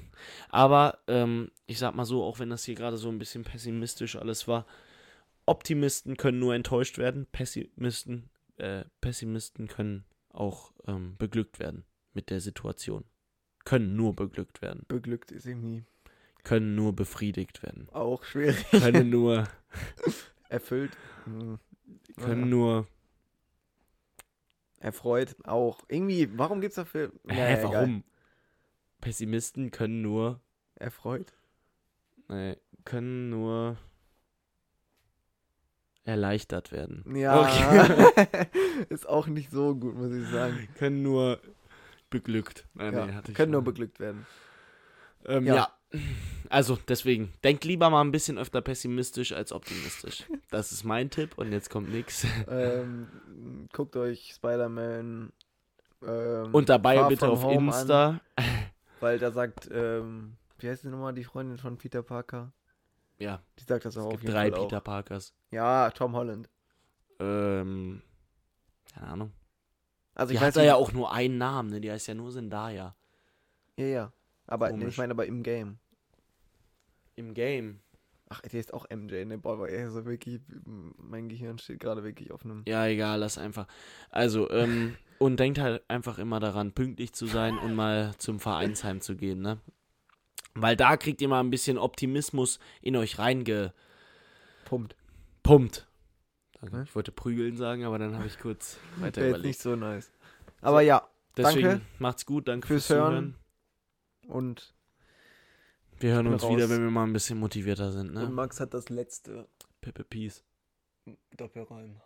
S1: Aber
S2: Aber
S1: ähm, ich sag mal so, auch wenn das hier gerade so ein bisschen pessimistisch alles war, Optimisten können nur enttäuscht werden, Pessimisten, äh, Pessimisten können auch ähm, beglückt werden mit der Situation. Können nur beglückt werden,
S2: Beglückt ist irgendwie
S1: können nur befriedigt werden,
S2: auch schwierig.
S1: können nur,
S2: Erfüllt. hm,
S1: können
S2: naja.
S1: nur.
S2: Erfreut auch. Irgendwie, warum gibt's dafür.
S1: Hä,
S2: Naja, egal.
S1: warum? Pessimisten können nur,
S2: Erfreut.
S1: äh, können nur erleichtert werden.
S2: Ja.
S1: Okay.
S2: ist auch nicht so gut, muss ich sagen.
S1: können nur beglückt. Nein,
S2: Ja,
S1: nee, hatte ich
S2: können nur
S1: schon.
S2: beglückt werden.
S1: Ähm, ja.
S2: Ja.
S1: Also deswegen, denkt lieber mal ein bisschen öfter pessimistisch als optimistisch. Das ist mein Tipp und jetzt kommt nix.
S2: ähm, guckt euch Spider-Man. Ähm,
S1: Und dabei
S2: Far
S1: bitte
S2: From
S1: auf
S2: Home an.
S1: Insta.
S2: Weil da sagt, ähm, wie heißt die nochmal, die Freundin von Peter Parker?
S1: Ja,
S2: Die sagt das auch
S1: es
S2: auf
S1: gibt
S2: jeden
S1: drei
S2: Fall
S1: Peter
S2: auch.
S1: Parkers.
S2: Ja, Tom Holland.
S1: Ähm, keine Ahnung.
S2: Also
S1: Die
S2: ich
S1: hat
S2: weiß
S1: da
S2: nicht-
S1: ja auch nur einen Namen, ne? Die heißt ja nur Zendaya.
S2: Ja, ja. Aber nee,
S1: Komisch.
S2: ich meine aber im Game.
S1: Im Game.
S2: Ach, die ist auch MJ, ne? Boah, aber ey, so wirklich, mein Gehirn steht gerade wirklich auf einem.
S1: Ja, egal, lass einfach. Also, ähm, und denkt halt einfach immer daran, pünktlich zu sein und mal zum Vereinsheim zu gehen, ne? Weil da kriegt ihr mal ein bisschen Optimismus in euch reingepumpt.
S2: Pumpt.
S1: Danke. Ich wollte prügeln sagen, aber dann habe ich kurz weiter
S2: Wäre jetzt
S1: überlegt.
S2: nicht so nice. Aber ja,
S1: Deswegen
S2: danke
S1: macht's gut, danke
S2: fürs
S1: fürs, Zuhören.
S2: Hören. und
S1: Wir hören
S2: bin
S1: uns
S2: raus.
S1: wieder, wenn wir Ne? mal ein bisschen motivierter sind,
S2: Und
S1: ne?
S2: Max hat das letzte
S1: Pepe Peace.
S2: Doppelreim.